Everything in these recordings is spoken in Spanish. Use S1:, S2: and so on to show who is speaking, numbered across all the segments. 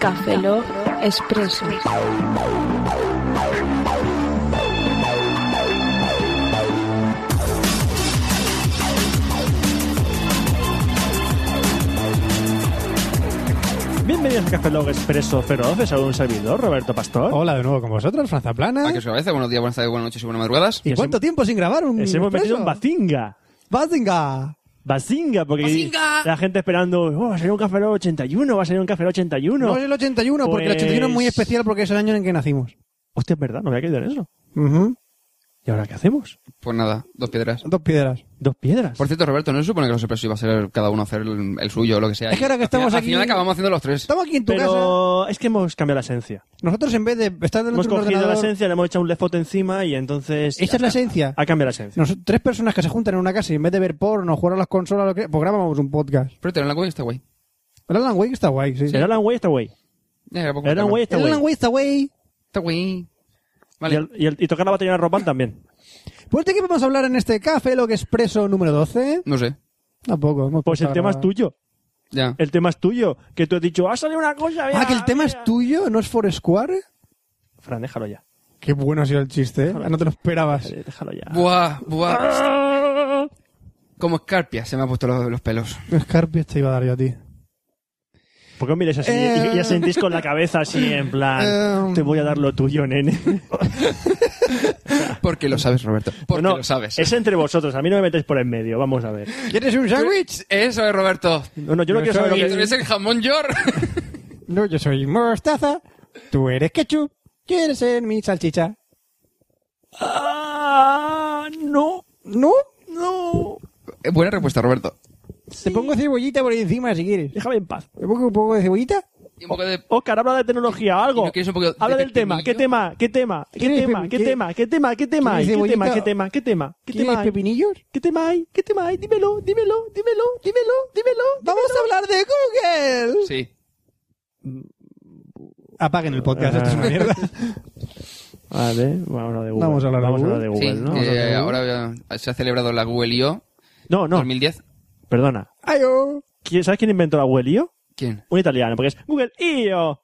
S1: Café Log Expreso.
S2: Bienvenidos a Café Log Expreso 012, soy un servidor, Roberto Pastor.
S3: Hola de nuevo con vosotros, Franza Plana.
S4: Aquí os agradece. Buenos días, buenas tardes, buenas noches y buenas madrugadas.
S3: ¿Y cuánto tiempo sin grabar un
S2: Les Eh, hemos metido
S3: expreso?
S2: un bazinga.
S3: ¡Bazinga!
S2: Bazinga, porque
S4: Bazinga.
S2: la gente esperando, oh, va a salir un Café Log 81, va a salir un Café Log 81.
S3: No es el 81, porque el
S2: Pues-
S3: 81 es muy especial porque es el año en el que nacimos.
S2: Hostia, es verdad, no había caído en eso.
S3: Ujú.
S2: ¿Y ahora qué hacemos?
S4: Pues nada, dos piedras.
S3: Dos piedras.
S2: Dos piedras.
S4: Por cierto, Roberto, ¿no se supone que los expresos iba a ser cada uno hacer el, el suyo o lo que sea?
S3: Es que ahora que
S4: Al final-
S3: estamos
S4: Al final
S3: aquí-
S4: acabamos haciendo los tres.
S3: Estamos aquí en tu casa.
S2: Pero es que hemos cambiado la esencia.
S3: Nosotros en vez de estar delante
S2: Hemos
S3: de un
S2: cogido la
S3: ordenador...
S2: esencia, le hemos echado un lefote encima y entonces...
S3: Esa es la esencia.
S2: Ha cambiado la esencia.
S3: Nos- tres personas que se juntan en una casa y en vez de ver porno, jugar a las consolas, lo que, pues grabamos un podcast.
S4: Pero tener la cueva está guay.
S3: El Alan Wake está guay, sí. sí.
S2: El Alan Way está güey.
S4: Ya, ya poco
S2: El Alan
S4: más
S2: Way
S4: tarde.
S2: está
S3: El
S2: güey.
S3: Alan Wake está guay.
S4: Está guay.
S2: Y,
S4: Vale.
S2: el- y el- y tocar la batería de Rock Band también.
S3: Pues de qué vamos a hablar en este café, lo que expreso número 12.
S4: No sé.
S3: Tampoco. hemos
S2: Pues el
S3: puesto
S2: tema
S3: a
S2: es
S3: grabar.
S2: tuyo.
S4: Ya.
S2: El tema es tuyo. Que tú has dicho, ha salido una cosa.
S3: Ah, que el tema es tuyo, no es Foursquare.
S2: Fran, déjalo ya.
S3: Qué bueno ha sido el chiste, ¿eh? No te lo esperabas.
S2: Eh, Déjalo ya.
S4: Buah, buah. Como escarpia se me han puesto los, los pelos.
S3: Scarpia te este iba a dar yo a ti.
S2: ¿Por qué miréis así?
S3: Eh.
S2: Y ya sentís con la cabeza así, en plan,
S3: Eh.
S2: te voy a dar lo tuyo, nene.
S4: Porque lo sabes, Roberto. Porque
S2: No,
S4: lo sabes.
S2: Es entre vosotros, a mí no me metéis por en medio, vamos a ver.
S3: ¿Quieres un sándwich?
S4: Eso es, Roberto.
S2: No, no, yo no
S3: Yo
S2: quiero saber lo
S3: soy-
S4: Que
S2: que...
S4: te ves el jamón york.
S3: No, yo soy mostaza. Tú eres ketchup. ¿Quieres ser mi salchicha?
S2: Ah, no,
S3: No.
S2: no.
S4: Eh, Buena respuesta, Roberto.
S3: Te pongo cebollita por ahí encima si quieres.
S2: Déjame en paz.
S3: ¿Te pongo un poco de cebollita?
S4: Y un poco de...
S2: Oscar, habla de tecnología, algo.
S4: ¿Y no quieres un poco de
S2: habla del tema.
S4: pepinillo?
S2: ¿Qué tema? ¿Qué tema? ¿Qué
S3: ¿Quieres
S2: tema?
S3: pepi-
S2: ¿Qué
S3: qué-
S2: tema? ¿Qué tema? ¿Qué tema hay?
S3: ¿Quieres
S2: ¿Qué tema?
S3: cebollita?
S2: ¿Qué tema? ¿Qué tema? ¿Qué
S3: ¿Quieres
S2: tema hay?
S3: pepinillos?
S2: ¿Qué tema hay? ¿Qué tema hay? Dímelo, dímelo, dímelo, dímelo, dímelo.
S3: ¡Vamos a hablar de Google!
S4: Sí.
S3: Apaguen el podcast, esto es una mierda.
S2: Vale, vamos a de Google.
S3: Vamos a hablar de
S2: Vamos
S3: Google.
S2: Google,
S4: sí.
S2: ¿no? Vamos
S4: Eh,
S2: a hablar de Google.
S4: ahora ya se ha celebrado la Google I.O.
S2: No, no,
S4: 2010.
S2: perdona.
S3: ¡Ayo!
S2: ¿Quién- ¿Sabes quién inventó la Google IO?
S4: ¿Quién?
S2: Un italiano, porque es Google IO.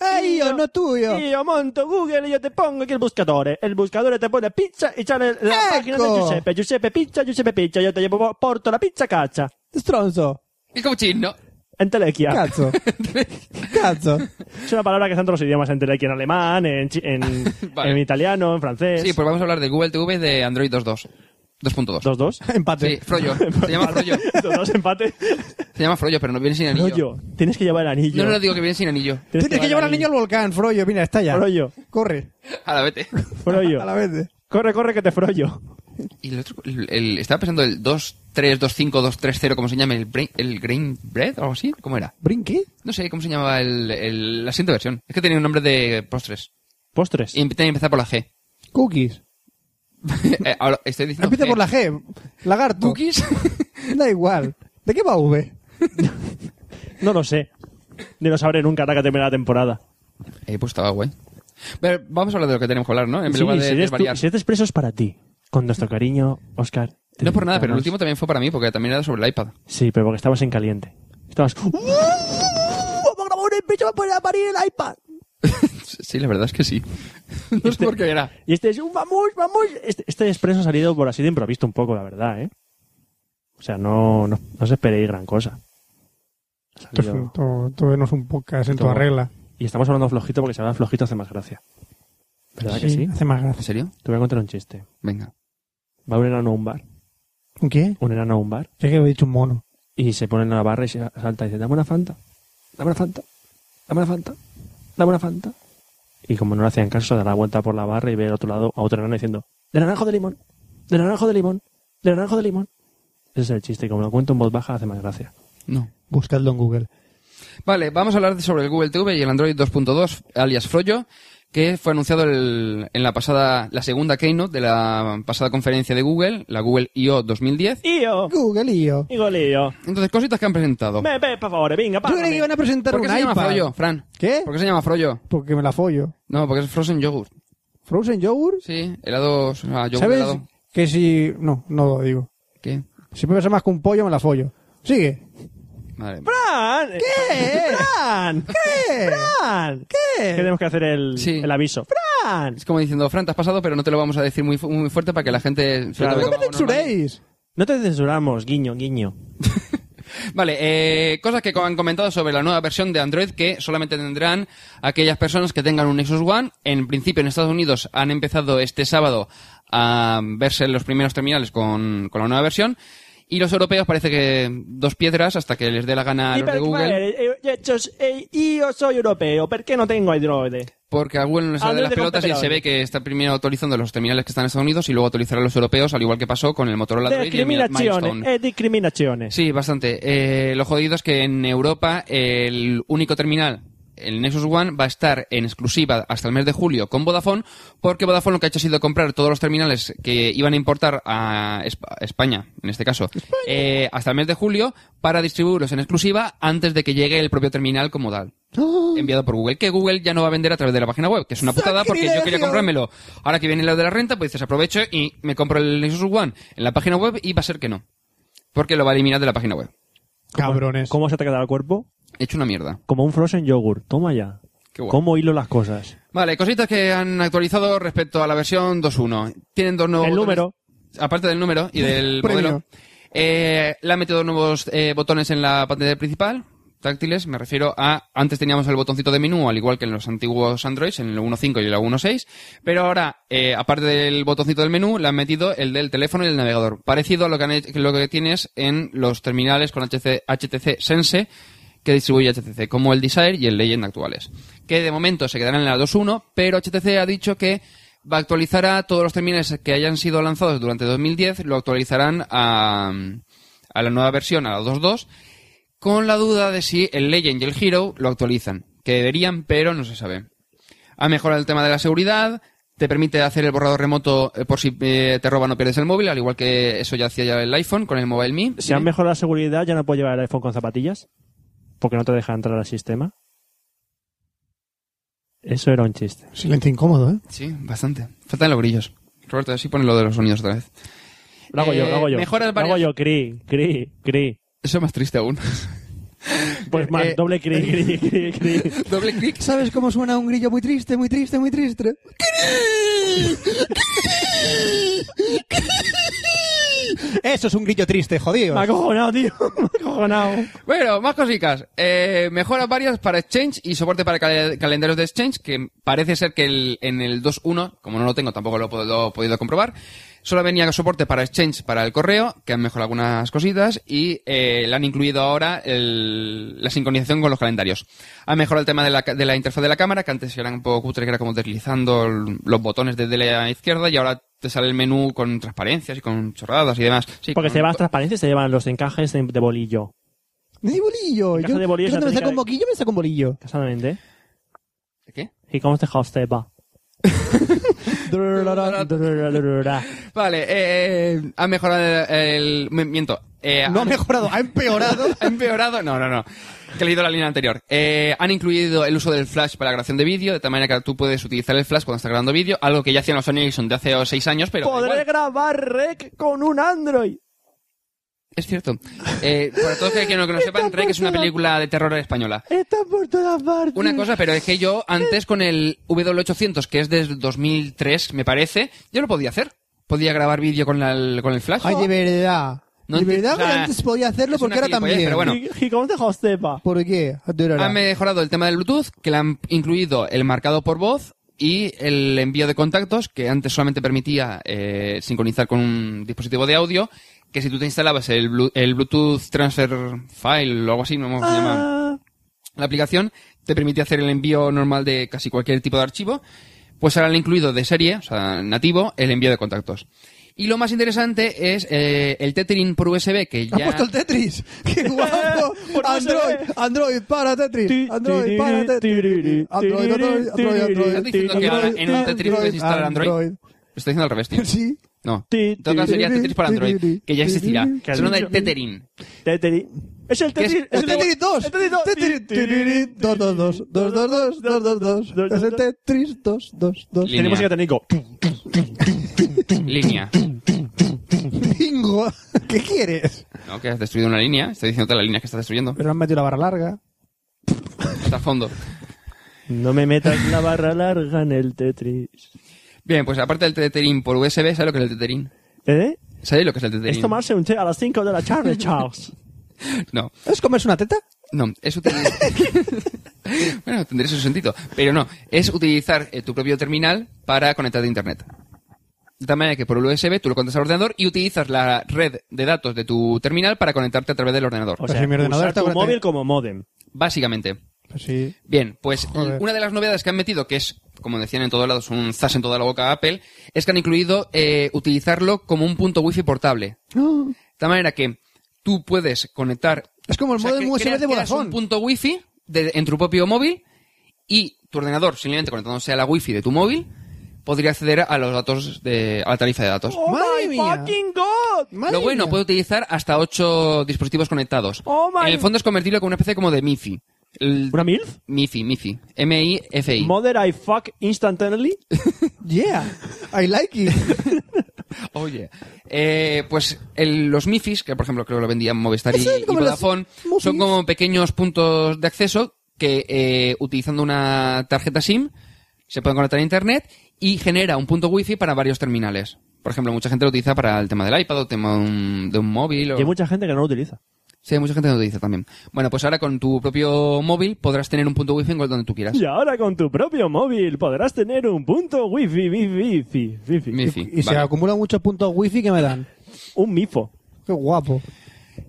S3: ¡Ayo, no tuyo!
S2: Io monto Google y yo te pongo aquí el buscador. El buscador te pone pizza y sale la
S3: Ecco.
S2: página de Giuseppe. Giuseppe pizza, Giuseppe pizza. Yo te llevo, porto la pizza caccia.
S3: Stronzo.
S4: El cochino.
S2: Entelequia.
S3: Cazzo. Cazzo.
S2: Es una palabra que está en todos los idiomas. Entelequia en alemán, en, chi- en,
S4: Vale.
S2: en italiano, en francés.
S4: Sí, pues vamos a hablar de Google TV de Android 2.2. 2.2.
S2: Dos, dos.
S4: Sí,
S3: Empate.
S4: Froyo. Se llama Froyo.
S2: dos, dos, empate.
S4: Se llama Froyo, pero no viene sin anillo.
S2: Rollo, tienes que llevar el anillo.
S4: No, no, no digo que viene sin anillo.
S3: Tienes que llevar al niño al volcán, Froyo. Mira, está ya.
S2: Froyo.
S3: Corre.
S4: A la vete.
S2: Frollo.
S3: A la vez. ¿eh?
S2: Corre, corre, que te frollo.
S4: Y el otro, el, el- estaba pensando el 2.3, 2.5, 2.3.0, ¿cómo se llama? ¿El, brain, el Grain Bread o algo así? ¿Cómo era?
S3: ¿Brinqué?
S4: No sé, ¿cómo se llamaba el, el- la siguiente versión? Es que tenía un nombre de postres.
S2: Postres.
S4: Y tenía que empezar por la G.
S3: Cookies.
S4: Eh, Ahora estoy diciendo.
S3: Empieza por la G. Lagarto.
S4: ¿Cookies?
S3: Da igual. ¿De qué va V?
S2: No lo sé. Ni lo sabré nunca hasta que termine la temporada.
S4: Eh, pues estaba guay. Pero vamos a hablar de lo que tenemos que hablar, ¿no? En
S2: Sí,
S4: lugar de,
S2: si
S4: de
S2: eres tú-
S4: variar.
S2: si eres preso es para ti. Con nuestro cariño, Oscar. te
S4: No por nada, pero el último
S2: invitamos.
S4: también fue para mí, porque también era sobre el iPad.
S2: Sí, pero porque estabas en caliente. Estabas. "Uh, ¡Vamos a grabar un episodio para parir el iPad!
S4: Sí, la verdad es que sí. No sé por qué era.
S2: Y este es un vamos, vamos. Este, este expreso ha salido por así de improviso un poco, la verdad, ¿eh? O sea, no, no, no os esperéis gran cosa. Ha salido-
S3: Pues, Todo no es un podcast en
S2: Todo.
S3: toda regla.
S2: Y estamos hablando flojito porque si hablas flojito hace más gracia. ¿Verdad que sí?
S3: Hace más
S4: ¿En
S3: gracia.
S4: serio?
S2: Te voy a contar un chiste.
S4: Venga.
S2: Va un enano a un bar.
S3: ¿Un qué?
S2: Un enano a un bar.
S3: Ya que había dicho un mono.
S2: Y se pone en la barra y se salta y dice, dame una fanta, dame una fanta, dame una fanta, dame una fanta. Y como no le hacían caso, se da la vuelta por la barra y ve al otro lado a otro enano diciendo, de naranjo de limón, de naranjo de limón, de naranjo de limón. Ese es el chiste, y como lo cuento en voz baja hace más gracia.
S4: No.
S3: Buscadlo en Google.
S4: Vale, vamos a hablar de- sobre el Google TV y el Android 2.2, alias Froyo, que fue anunciado el- en la pasada, la segunda keynote de la pasada conferencia de Google, la Google I.O. 2010.
S2: Y yo,
S3: Google y yo.
S2: y golillo,
S4: Entonces, cositas que han presentado.
S2: me ve, por favor, venga,
S3: Yo creí que iban a presentar
S4: ¿Por
S3: un
S4: qué se llama
S3: iPad.
S4: Froyo, Fran?
S2: ¿Eh?
S3: ¿Qué?
S4: ¿Por qué se llama Froyo?
S3: Porque me la follo.
S4: No, porque es Frozen Yogurt.
S3: Frozen Yogurt.
S4: Sí, helado, o sea, yogur
S3: ¿Sabes?
S4: helado.
S3: Que si... No, no lo digo.
S4: ¿Qué?
S3: Si me pesa más que un pollo, me la follo. Sigue.
S4: Madre mía.
S2: ¡Fran!
S3: ¿Qué?
S2: ¡Fran!
S3: ¿Qué?
S2: ¡Fran!
S3: ¿Qué?
S2: Tenemos que hacer el,
S4: Sí.
S2: el aviso. ¡Fran!
S4: Es como diciendo, Fran, te has pasado, pero no te lo vamos a decir muy, fu- muy fuerte para que la gente... se lo
S2: Claro.
S4: tome
S3: ¡No me
S4: como algo normal.
S3: censuréis!
S2: No te censuramos, guiño, guiño.
S4: Vale, eh, cosas que han comentado sobre la nueva versión de Android que solamente tendrán aquellas personas que tengan un Nexus One. En principio, en Estados Unidos han empezado este sábado a verse los primeros terminales con, con la nueva versión. Y los europeos parece que dos piedras hasta que les dé la gana a los Ah,
S2: eh,
S4: de Google.
S2: yo soy europeo, ¿por qué no tengo Android?
S4: Porque a Google no les sale de
S2: Android
S4: las
S2: de
S4: pelotas y
S2: competidores.
S4: se ve que está primero autorizando los terminales que están en Estados Unidos y luego autorizará a los europeos, al igual que pasó con el Motorola Android y el Mi-
S2: Discriminaciones, Eh,
S4: Milestone.
S2: es discriminaciones.
S4: Sí, bastante. Eh, lo jodido es que en Europa el único terminal, el Nexus One, va a estar en exclusiva hasta el mes de julio con Vodafone, porque Vodafone lo que ha hecho ha sido comprar todos los terminales que iban a importar a Esp- a España, en este caso, eh, hasta el mes de julio, para distribuirlos en exclusiva antes de que llegue el propio terminal como tal. Enviado por Google, que Google ya no va a vender a través de la página web, que es una putada porque yo quería
S3: ¡Sacrilegio!
S4: comprármelo. Ahora que viene la de la renta, pues dices aprovecho y me compro el Nexus One en la página web y va a ser que no. Porque lo va a eliminar de la página web.
S3: Cabrones.
S2: ¿Cómo se te ha quedado el cuerpo?
S4: He hecho una mierda.
S2: Como un frozen yogurt. Toma ya.
S4: Qué guay.
S2: ¿Cómo hilo las cosas?
S4: Vale, cositas que han actualizado respecto a la versión 2.1. Tienen dos nuevos
S2: El
S4: botones.
S2: número.
S4: Aparte del número y del
S3: Premio.
S4: modelo. Eh, le han metido nuevos eh, botones en la pantalla principal. Táctiles, me refiero a. Antes teníamos el botoncito de menú, al igual que en los antiguos Androids, en el 1.5 y el 1.6. Pero ahora, eh, aparte del botoncito del menú, le han metido el del teléfono y el navegador. Parecido a lo que, han hecho- lo que tienes en los terminales con HC HTC Sense, que distribuye HTC, como el Desire y el Legend actuales, que de momento se quedarán en la 2.1, pero HTC ha dicho que va a actualizar a todos los terminales que hayan sido lanzados durante 2010, lo actualizarán a, a la nueva versión, a la 2.2, con la duda de si el Legend y el Hero lo actualizan, que deberían, pero no se sabe. Ha mejorado el tema de la seguridad, te permite hacer el borrado remoto eh, por si eh, te roban o pierdes el móvil, al igual que eso ya hacía ya el iPhone con el Mobile Me.
S2: Si han mejorado la seguridad, ya no puedo llevar el iPhone con zapatillas. Porque no te deja entrar al sistema. Eso era un chiste.
S3: Silencio incómodo, ¿eh?
S4: Sí, bastante. Faltan los grillos. Roberto, así pone lo de los sonidos otra vez.
S2: Lo hago yo,
S4: Eh,
S2: lo hago yo.
S4: mejoras
S2: Lo hago
S4: varias-
S2: yo, cri, cri, cri.
S4: Eso es más triste aún.
S2: Pues más,
S4: Eh,
S2: doble cri, cri, cri, cri.
S4: Doble clic.
S3: ¿Sabes cómo suena un grillo muy triste, muy triste, muy triste? Eso es un grillo triste, jodido.
S2: Me ha acojonado, tío. Me ha acojonado.
S4: Bueno, más cositas. Eh, mejoras varias para Exchange y soporte para cal- calendarios de Exchange, que parece ser que el- en el 2.1, como no lo tengo, tampoco lo, he pod- lo he podido comprobar, solo venía soporte para Exchange para el correo, que han mejorado algunas cositas, y eh, le han incluido ahora el- la sincronización con los calendarios. Han mejorado el tema de la, ca- de la interfaz de la cámara, que antes era un poco cutre, que era como deslizando l- los botones desde la izquierda, y ahora te sale el menú con transparencias y con chorradas y demás. Sí,
S2: Porque
S4: con-
S2: se llevan las transparencias y se llevan los encajes de, de bolillo.
S3: Me di bolillo.
S2: En
S3: Yo,
S2: caso de bolillo,
S3: yo cuando
S2: esa
S3: me saco
S2: técnica
S3: un
S2: de-
S3: boquillo, me saco un bolillo.
S2: Casadamente.
S4: ¿Qué?
S2: ¿Y cómo este te usted va?
S4: Vale, eh, ha mejorado el, el- mi- miento. eh,
S3: No ha
S4: han-
S3: mejorado, ha empeorado.
S4: ha empeorado. No, no, no. Que he leído la línea anterior. Eh, han incluido el uso del flash para la grabación de vídeo, de tal manera que tú puedes utilizar el flash cuando estás grabando vídeo, algo que ya hacían los Sony Ericsson de hace seis años, pero da
S2: Podré
S4: igual.
S2: grabar rec con un Android.
S4: es cierto. Eh, para todos que, que no, que no sepan, Rec es una película de terror española.
S2: Está por todas partes.
S4: Una cosa, pero es que yo antes con el W800, que es desde 2003, me parece, yo lo podía hacer. Podía grabar vídeo con, la- con el flash.
S3: Ay, de verdad.
S4: No
S3: de
S4: enti-
S3: verdad,
S4: o sea,
S3: pero antes podía hacerlo
S4: es una
S3: porque ahora
S4: gilipollez,
S3: también.
S4: pero bueno.
S2: ¿Y, y cómo te usted va?
S3: ¿Por qué? De verdad.
S4: Han mejorado el tema del Bluetooth, que le han incluido el marcado por voz y el envío de contactos, que antes solamente permitía eh, sincronizar con un dispositivo de audio, que si tú te instalabas el, Blu- el Bluetooth Transfer File o algo así, no hemos llamado
S2: Ah,
S4: la aplicación, te permitía hacer el envío normal de casi cualquier tipo de archivo, pues ahora le han incluido de serie, o sea, nativo, el envío de contactos. Y lo más interesante es eh, el tethering por USB, que ya...
S3: Ha puesto el Tetris. ¡Qué guapo!
S2: Por
S3: Android,
S2: USB.
S3: Android para Tetris.
S2: Ti,
S3: Android
S2: ti,
S3: para
S2: ti,
S3: Tetris.
S2: ti,
S3: Android,
S2: ti,
S3: Android,
S2: ti, ti,
S3: Android, Android.
S4: ¿Estás diciendo que ahora en un Tetris puedes instalar Android? Estoy diciendo al revés, tío.
S3: Sí.
S4: No.
S2: Ti,
S4: En todo caso
S2: ti,
S4: sería
S3: ti,
S4: Tetris para
S3: ti,
S4: Android,
S3: ti,
S4: que ya
S3: ti,
S4: existirá.
S3: ti,
S2: ti,
S4: Se llama
S2: ti,
S4: el Tethering.
S2: Tetris. Es el Tetris.
S4: ¿Qué es?
S3: El Tetris 2.
S2: El Tetris 2.
S3: Tetris. Tetris 2, 2, 2. 2, 2, 2, 2, 2, 2. Es el Tetris 2, 2, 2.
S4: Línea.
S2: Tiene música técnico.
S4: Línea.
S3: Bingo. ¿Qué quieres?
S4: No, que has destruido una línea. Estoy diciéndote la línea que estás destruyendo.
S3: Pero le han metido la barra larga.
S4: Hasta el fondo.
S2: No me metas la barra larga en el Tetris.
S4: Bien, pues aparte del teterín por USB, ¿sabes lo que es el teterín?
S2: ¿Eh?
S4: ¿Sabéis lo que es el teterín?
S2: Es tomarse un té a las 5 de la tarde, Charles.
S4: No,
S3: ¿Es comerse una teta?
S4: no, es utilizar... bueno, tendría su sentido, pero no, es utilizar eh, tu propio terminal para conectar a internet. De tal manera que por USB tú lo conectas al ordenador y utilizas la red de datos de tu terminal para conectarte a través del ordenador,
S2: O
S3: Pues en mi ordenador
S2: usar
S3: está
S2: tu
S3: con la tele.
S2: móvil como modem.
S4: básicamente.
S3: Pues sí.
S4: Bien, pues
S3: Joder.
S4: una de las novedades que han metido, que es, como decían en todos lados, un zas en toda la boca a Apple, es que han incluido eh, utilizarlo como un punto wifi portable. De tal manera que tú puedes conectar
S3: Es como el
S4: O sea,
S3: modo
S4: cre-
S3: USB
S4: creas-
S3: de
S4: creas
S3: Vodafone.
S4: un punto wifi de- en tu propio móvil y tu ordenador, simplemente conectándose a la wifi de tu móvil, podría acceder a los datos de, a la tarifa de datos.
S3: Pues, ¡Madre mía!
S2: ¡Oh, God!
S3: Oh, Madre
S4: Lo bueno, pues-
S3: mía.
S4: puede utilizar hasta ocho dispositivos conectados.
S2: Oh, my-
S4: en el fondo es convertible con una especie como de MIFI. El-
S2: ¿Una MILF?
S4: MIFI, MIFI. M-I-F-I.
S2: Mother I fuck instantaneously.
S3: Yeah, I like it.
S4: Oye, eh, pues el- los MIFIs, que por ejemplo creo que lo vendían Movistar y,
S3: Eso es
S4: y
S3: como los
S4: Vodafone,
S3: Mufis.
S4: son como pequeños puntos de acceso que eh, utilizando una tarjeta SIM se pueden conectar a internet y genera un punto wifi para varios terminales. Por ejemplo, mucha gente lo utiliza para el tema del iPad o tema de un, de un móvil. O...
S2: Y hay mucha gente que no lo utiliza.
S4: Sí, hay mucha gente que lo utiliza también. Bueno, pues ahora con tu propio móvil podrás tener un punto wifi en donde tú quieras.
S2: Y ahora con tu propio móvil podrás tener un punto wifi, wifi, wifi, wifi.
S4: Mifi,
S3: y se
S4: vale.
S3: acumulan muchos puntos wifi que me dan.
S2: Un mifo.
S3: Qué guapo.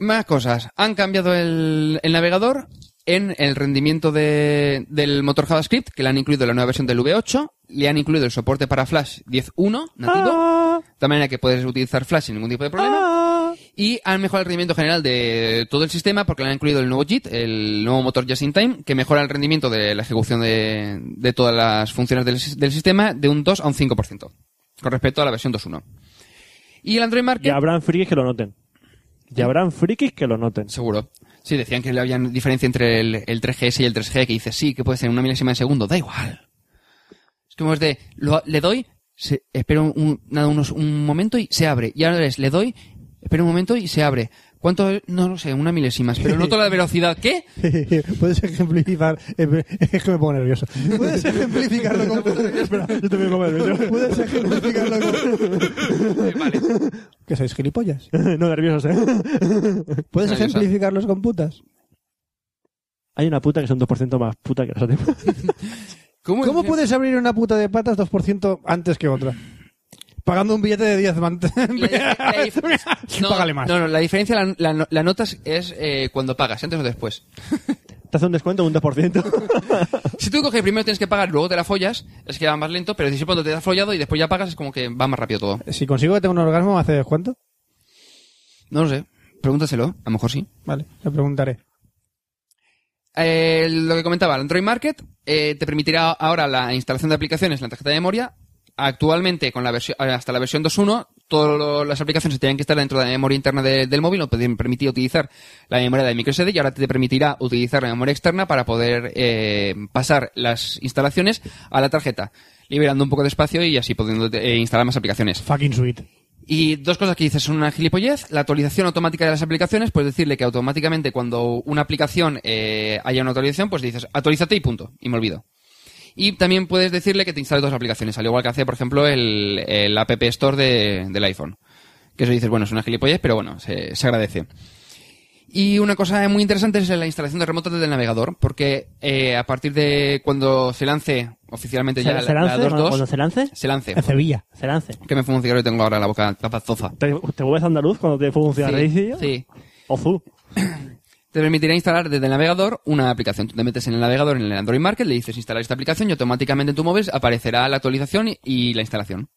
S4: Más cosas. Han cambiado el, el navegador en el rendimiento de- del motor JavaScript, que le han incluido la nueva versión del V8, le han incluido el soporte para Flash 10.1 nativo,
S2: Ah,
S4: de tal manera que puedes utilizar Flash sin ningún tipo de problema,
S2: ah.
S4: y han mejorado el rendimiento general de todo el sistema porque le han incluido el nuevo JIT, el nuevo motor Just in Time, que mejora el rendimiento de la ejecución de, de todas las funciones del, sis- del sistema de un 2 a un 5% con respecto a la versión 2.1. Y el Android Market
S2: Y habrán frikis que lo noten. Y habrán frikis que lo noten.
S4: Seguro. Sí, decían que había diferencia entre el, el 3GS y el 3G, que dice, sí, que puede ser una milésima de segundo, da igual. Es como es de, lo- le doy, se- espero un, nada, unos, un momento y se abre. Y ahora es, le doy, espero un momento y se abre. ¿Cuánto? es? No lo sé, una milésima. Pero noto la velocidad. ¿Qué?
S3: Puedes ejemplificar. eh, Es que me pongo nervioso. Puedes ejemplificarlo con. Espera, yo también me pongo nervioso. Puedes ejemplificarlo con.
S4: Eh, Vale.
S3: Que sois gilipollas.
S2: no nerviosos, ¿eh?
S3: Puedes
S4: Nerviosa.
S3: ejemplificarlos con putas.
S2: Hay una puta que son 2% más puta que las otras.
S4: ¿Cómo,
S3: ¿Cómo puedes abrir una puta de patas 2% antes que otra? Pagando un billete de 10 man-
S4: La- la dif- no,
S3: Págale más.
S4: No, no, la diferencia la, la- la notas es eh, cuando pagas, antes o después.
S2: Te hace un descuento de un 2%.
S4: Si tú coges primero tienes que pagar, luego te la follas, es que va más lento, pero si cuando te has follado y después ya pagas es como que va más rápido todo.
S3: Si consigo que tenga un orgasmo, ¿me hace descuento?
S4: No lo sé. Pregúntaselo. A lo mejor sí.
S3: Vale, le preguntaré.
S4: Eh, lo que comentaba, el Android Market eh, te permitirá ahora la instalación de aplicaciones en la tarjeta de memoria. Actualmente, con la versión, hasta la versión 2.1, todas lo- las aplicaciones se tenían que estar dentro de la memoria interna de- del móvil. No te permitía utilizar la memoria de microSD y ahora te permitirá utilizar la memoria externa para poder eh, pasar las instalaciones a la tarjeta, liberando un poco de espacio y así pudiendo eh, instalar más aplicaciones.
S3: Fucking sweet.
S4: Y dos cosas que dices son una gilipollez. La actualización automática de las aplicaciones, pues decirle que automáticamente cuando una aplicación eh, haya una actualización, pues dices actualízate y punto. Y me olvido. Y también puedes decirle que te instale dos aplicaciones, al igual que hace, por ejemplo, el, el App Store de- del iPhone. Que eso dices, bueno, es una gilipollez, pero bueno, se, se agradece. Y una cosa muy interesante es la instalación de remotas desde el navegador, porque eh, a partir de cuando se lance oficialmente ya la,
S2: se
S4: la
S2: lance, cuando,
S4: 2.2,
S2: cuando se lance,
S4: se lance.
S3: En Sevilla.
S2: se lance.
S4: Que me fue un cigarro y tengo ahora la boca tapazofa.
S2: ¿Te, te vuelves andaluz cuando te funciona
S4: Sí,
S2: Reicillo?
S4: sí.
S2: O Zu.
S4: Te permitirá instalar desde el navegador una aplicación. Tú te metes en el navegador, en el Android Market, le dices instalar esta aplicación y automáticamente en tu móvil aparecerá la actualización y- y la instalación.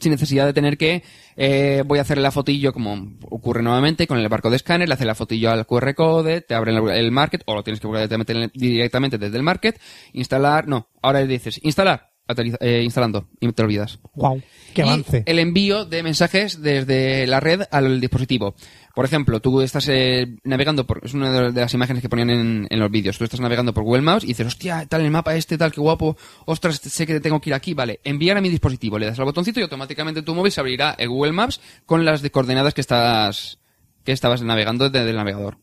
S4: Sin necesidad de tener que, eh, voy a hacer la fotillo como ocurre nuevamente con el barco de escáner, le haces la fotillo al QR code, te abren la- el market o lo tienes que buscar directamente, en el- directamente desde el market, instalar, no, ahora le dices instalar, actualiza- eh, instalando y te olvidas.
S3: Wow. Qué
S4: Y
S3: avance.
S4: el envío de mensajes desde la red al dispositivo. Por ejemplo, tú estás eh, navegando por. Es una de de las imágenes que ponían en, en los vídeos. Tú estás navegando por Google Maps y dices, hostia, tal el mapa este, tal, qué guapo. Ostras, sé que tengo que ir aquí. Vale, enviar a mi dispositivo. Le das al botoncito y automáticamente tu móvil se abrirá el Google Maps con las de- coordenadas que estás que estabas navegando desde el navegador.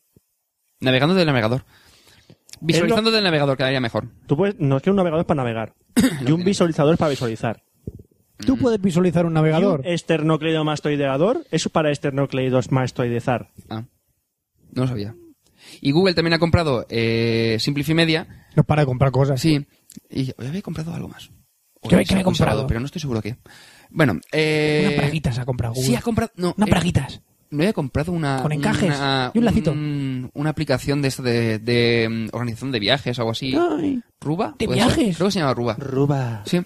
S4: Navegando desde el navegador. Visualizando desde el navegador quedaría mejor.
S2: Tú puedes, no es que un navegador es para navegar. y un visualizador es para visualizar.
S3: Tú puedes visualizar un navegador.
S2: Y un esternocleidomastoideador es para esternocleidosmastoidezar.
S4: Ah, no lo sabía. Y Google también ha comprado eh, Simplify Media.
S3: No para de comprar cosas.
S4: Sí. Y hoy había comprado algo más.
S3: ¿Qué había- qué
S4: se
S3: había
S4: ha conservado,
S3: comprado?
S4: Pero no estoy seguro qué. Bueno, eh...
S3: Unas braguitas ha comprado Google.
S4: Sí, ha comprado... No,
S3: Unas
S4: eh,
S3: braguitas.
S4: Me había comprado una.
S3: Con encajes
S4: una-
S3: y un lacito.
S4: un- una aplicación de esta de, de, mm, organización de viajes o algo así. ¿Ruba?
S3: Ah, ¿De
S4: ¿Puede ser?
S3: viajes?
S4: Creo que se llama Ruba.
S2: Ruba.
S4: Sí.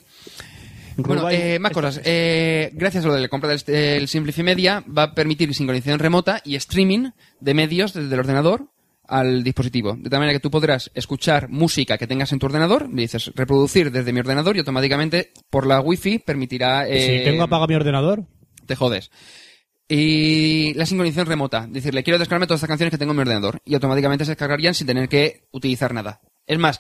S4: Bueno,
S2: Ruba y-
S4: eh, más cosas. Eh, gracias a lo de la compra del, del Simplify Media, va a permitir sincronización remota y streaming de medios desde el ordenador al dispositivo. De tal manera que tú podrás escuchar música que tengas en tu ordenador, le dices reproducir desde mi ordenador y automáticamente por la wifi permitirá... eh,
S3: Pues si tengo apagado mi ordenador,
S4: te jodes. Y la sincronización remota. Decirle, quiero descargarme todas estas canciones que tengo en mi ordenador. Y automáticamente se descargarían sin tener que utilizar nada. Es más,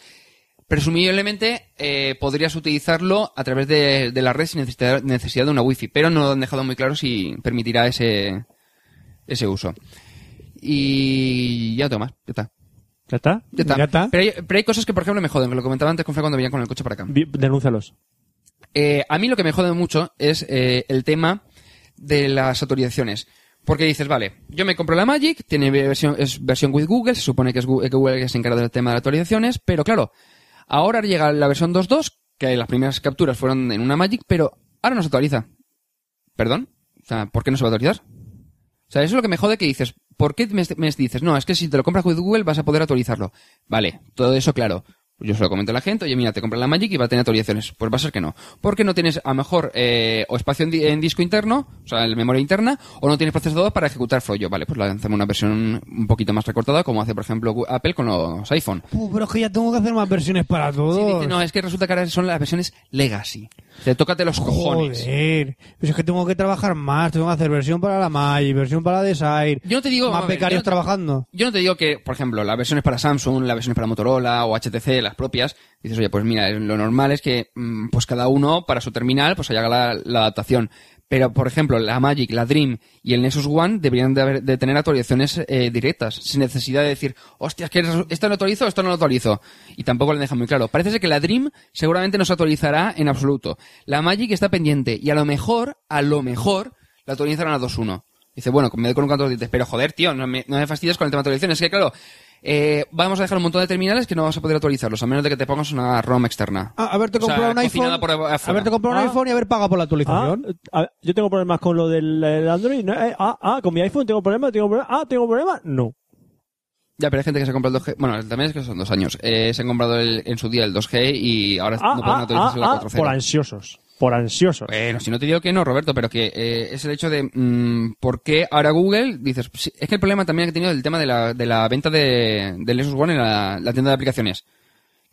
S4: presumiblemente eh, podrías utilizarlo a través de, de la red sin necesidad, necesidad de una wifi. Pero no lo han dejado muy claro si permitirá ese, ese uso. Y ya no tengo más. Ya está.
S2: ¿Ya está?
S4: Ya está.
S3: Ya está.
S4: Pero, hay, pero hay cosas que, por ejemplo, me joden. que Lo comentaba antes con Fran cuando venía con el coche para acá.
S2: Vi- Denúncialos.
S4: Eh, a mí lo que me jode mucho es eh, el tema de las autorizaciones. Porque dices, vale, yo me compro la Magic, tiene versión, es versión with Google, se supone que es Google, que Google el que se encarga del tema de las actualizaciones, pero claro, ahora llega la versión 2.2, que las primeras capturas fueron en una Magic, pero ahora no se actualiza. ¿Perdón? O sea, ¿por qué no se va a actualizar? O sea, eso es lo que me jode que dices. ¿Por qué me, me dices? No, es que si te lo compras con Google vas a poder actualizarlo. Vale, todo eso claro. Yo se lo comento a la gente, oye, mira, te compras la Magic y va a tener actualizaciones. Pues va a ser que no. Porque no tienes, a lo mejor, eh, o espacio en, di- en disco interno, o sea, en memoria interna, o no tienes procesador para ejecutar Froyo. Vale, pues lanzamos una versión un poquito más recortada, como hace, por ejemplo, Gu- Apple con los iPhone.
S3: "Uh, pero es que ya tengo que hacer más versiones para todo.
S4: Sí, dice, no, es que resulta que ahora son las versiones Legacy. Te tócate los cojones.
S3: Joder, pues es que tengo que trabajar más, tengo que hacer versión para la Magic, versión para la Desire.
S4: Yo no te digo, a
S3: más
S4: ver,
S3: becarios
S4: yo no-
S3: trabajando.
S4: Yo no te digo que, por ejemplo, las versiones para Samsung, las versiones para Motorola o HTC, las propias, dices, oye, pues mira, lo normal es que mm, pues cada uno para su terminal pues haga la, la adaptación. Pero, por ejemplo, la Magic, la Dream y el Nexus One deberían de, haber- de tener actualizaciones eh, directas, sin necesidad de decir, hostia, es que esto lo actualizo, esto no lo actualizo. Y tampoco lo dejan muy claro. Parece ser que la Dream seguramente no se actualizará en absoluto. La Magic está pendiente y a lo mejor, a lo mejor, la actualizaron a 2.1. Dice, bueno, me doy con un canto de los dientes, pero joder, tío, no me, no me fastidies con el tema de actualizaciones. Es que claro, eh, vamos a dejar un montón de terminales que no vas a poder actualizarlos, a menos de que te pongas una ROM externa.
S3: Ah, haberte
S4: O sea,
S3: comprado un
S4: cocinada
S3: iPhone,
S4: por afuera.
S3: haberte comprado
S2: Ah.
S3: un iPhone y haber pagado por la
S2: Ah,
S3: actualización.
S2: a ver, yo tengo problemas con lo del eh, Android. ¿no? Eh, ah, ah, con mi iPhone tengo problemas, tengo problemas. Ah, tengo problemas. No.
S4: Ya, pero hay gente que se ha comprado el 2G. Bueno, también es que son dos años. Eh, se han comprado el- en su día el 2G y ahora
S2: Ah,
S4: no pueden
S2: ah, ah,
S4: actualizarse la
S2: ah,
S4: 4G.
S2: por ansiosos. Por ansiosos.
S3: Eh,
S4: Bueno, si no te digo que no, Roberto, pero que eh, es el hecho de mm, por qué ahora Google, dices, sí, es que el problema también que he tenido el tema de la, de la venta de, del Nexus One en la, la tienda de aplicaciones.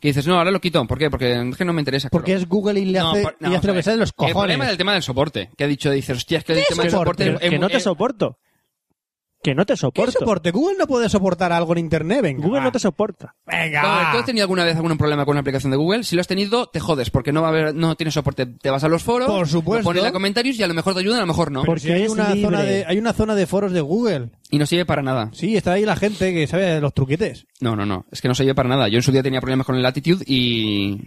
S4: Que dices, no, ahora lo quito. ¿Por qué? Porque es que no me interesa.
S3: Porque
S4: claro.
S3: es Google y le
S4: No,
S3: hace,
S4: por- no,
S3: y hace lo
S4: o sea,
S3: que sea de los
S4: El problema
S3: cojones.
S4: del tema del soporte. Que ha dicho, dices, hostia, es que el
S3: ¿Qué
S4: tema del soporte.
S3: soporte?
S4: es-
S2: que
S4: es-
S2: no te
S4: es-
S2: soporto. Que no te
S3: eh, ¿Qué
S2: soporto.
S3: soporte? Ah. Google no puede soportar algo en Internet, venga.
S2: Google
S3: va.
S2: no te soporta.
S3: Venga.
S4: Vamos,
S3: va.
S4: ¿Tú has tenido alguna vez algún problema con una aplicación de Google? Si lo has tenido, te jodes, porque no va a haber, no tienes soporte. Te vas a los foros,
S3: Por supuesto.
S4: lo pones en comentarios y a lo mejor te ayudan, a lo mejor no.
S2: Por-
S3: Porque hay
S2: es
S3: una,
S2: libre.
S3: zona de, hay una zona de foros de Google.
S4: Y no sirve para nada.
S3: Sí, está ahí la gente que sabe de los truquetes.
S4: No, no, no. Es que no sirve para nada. Yo en su día tenía problemas con el Latitude y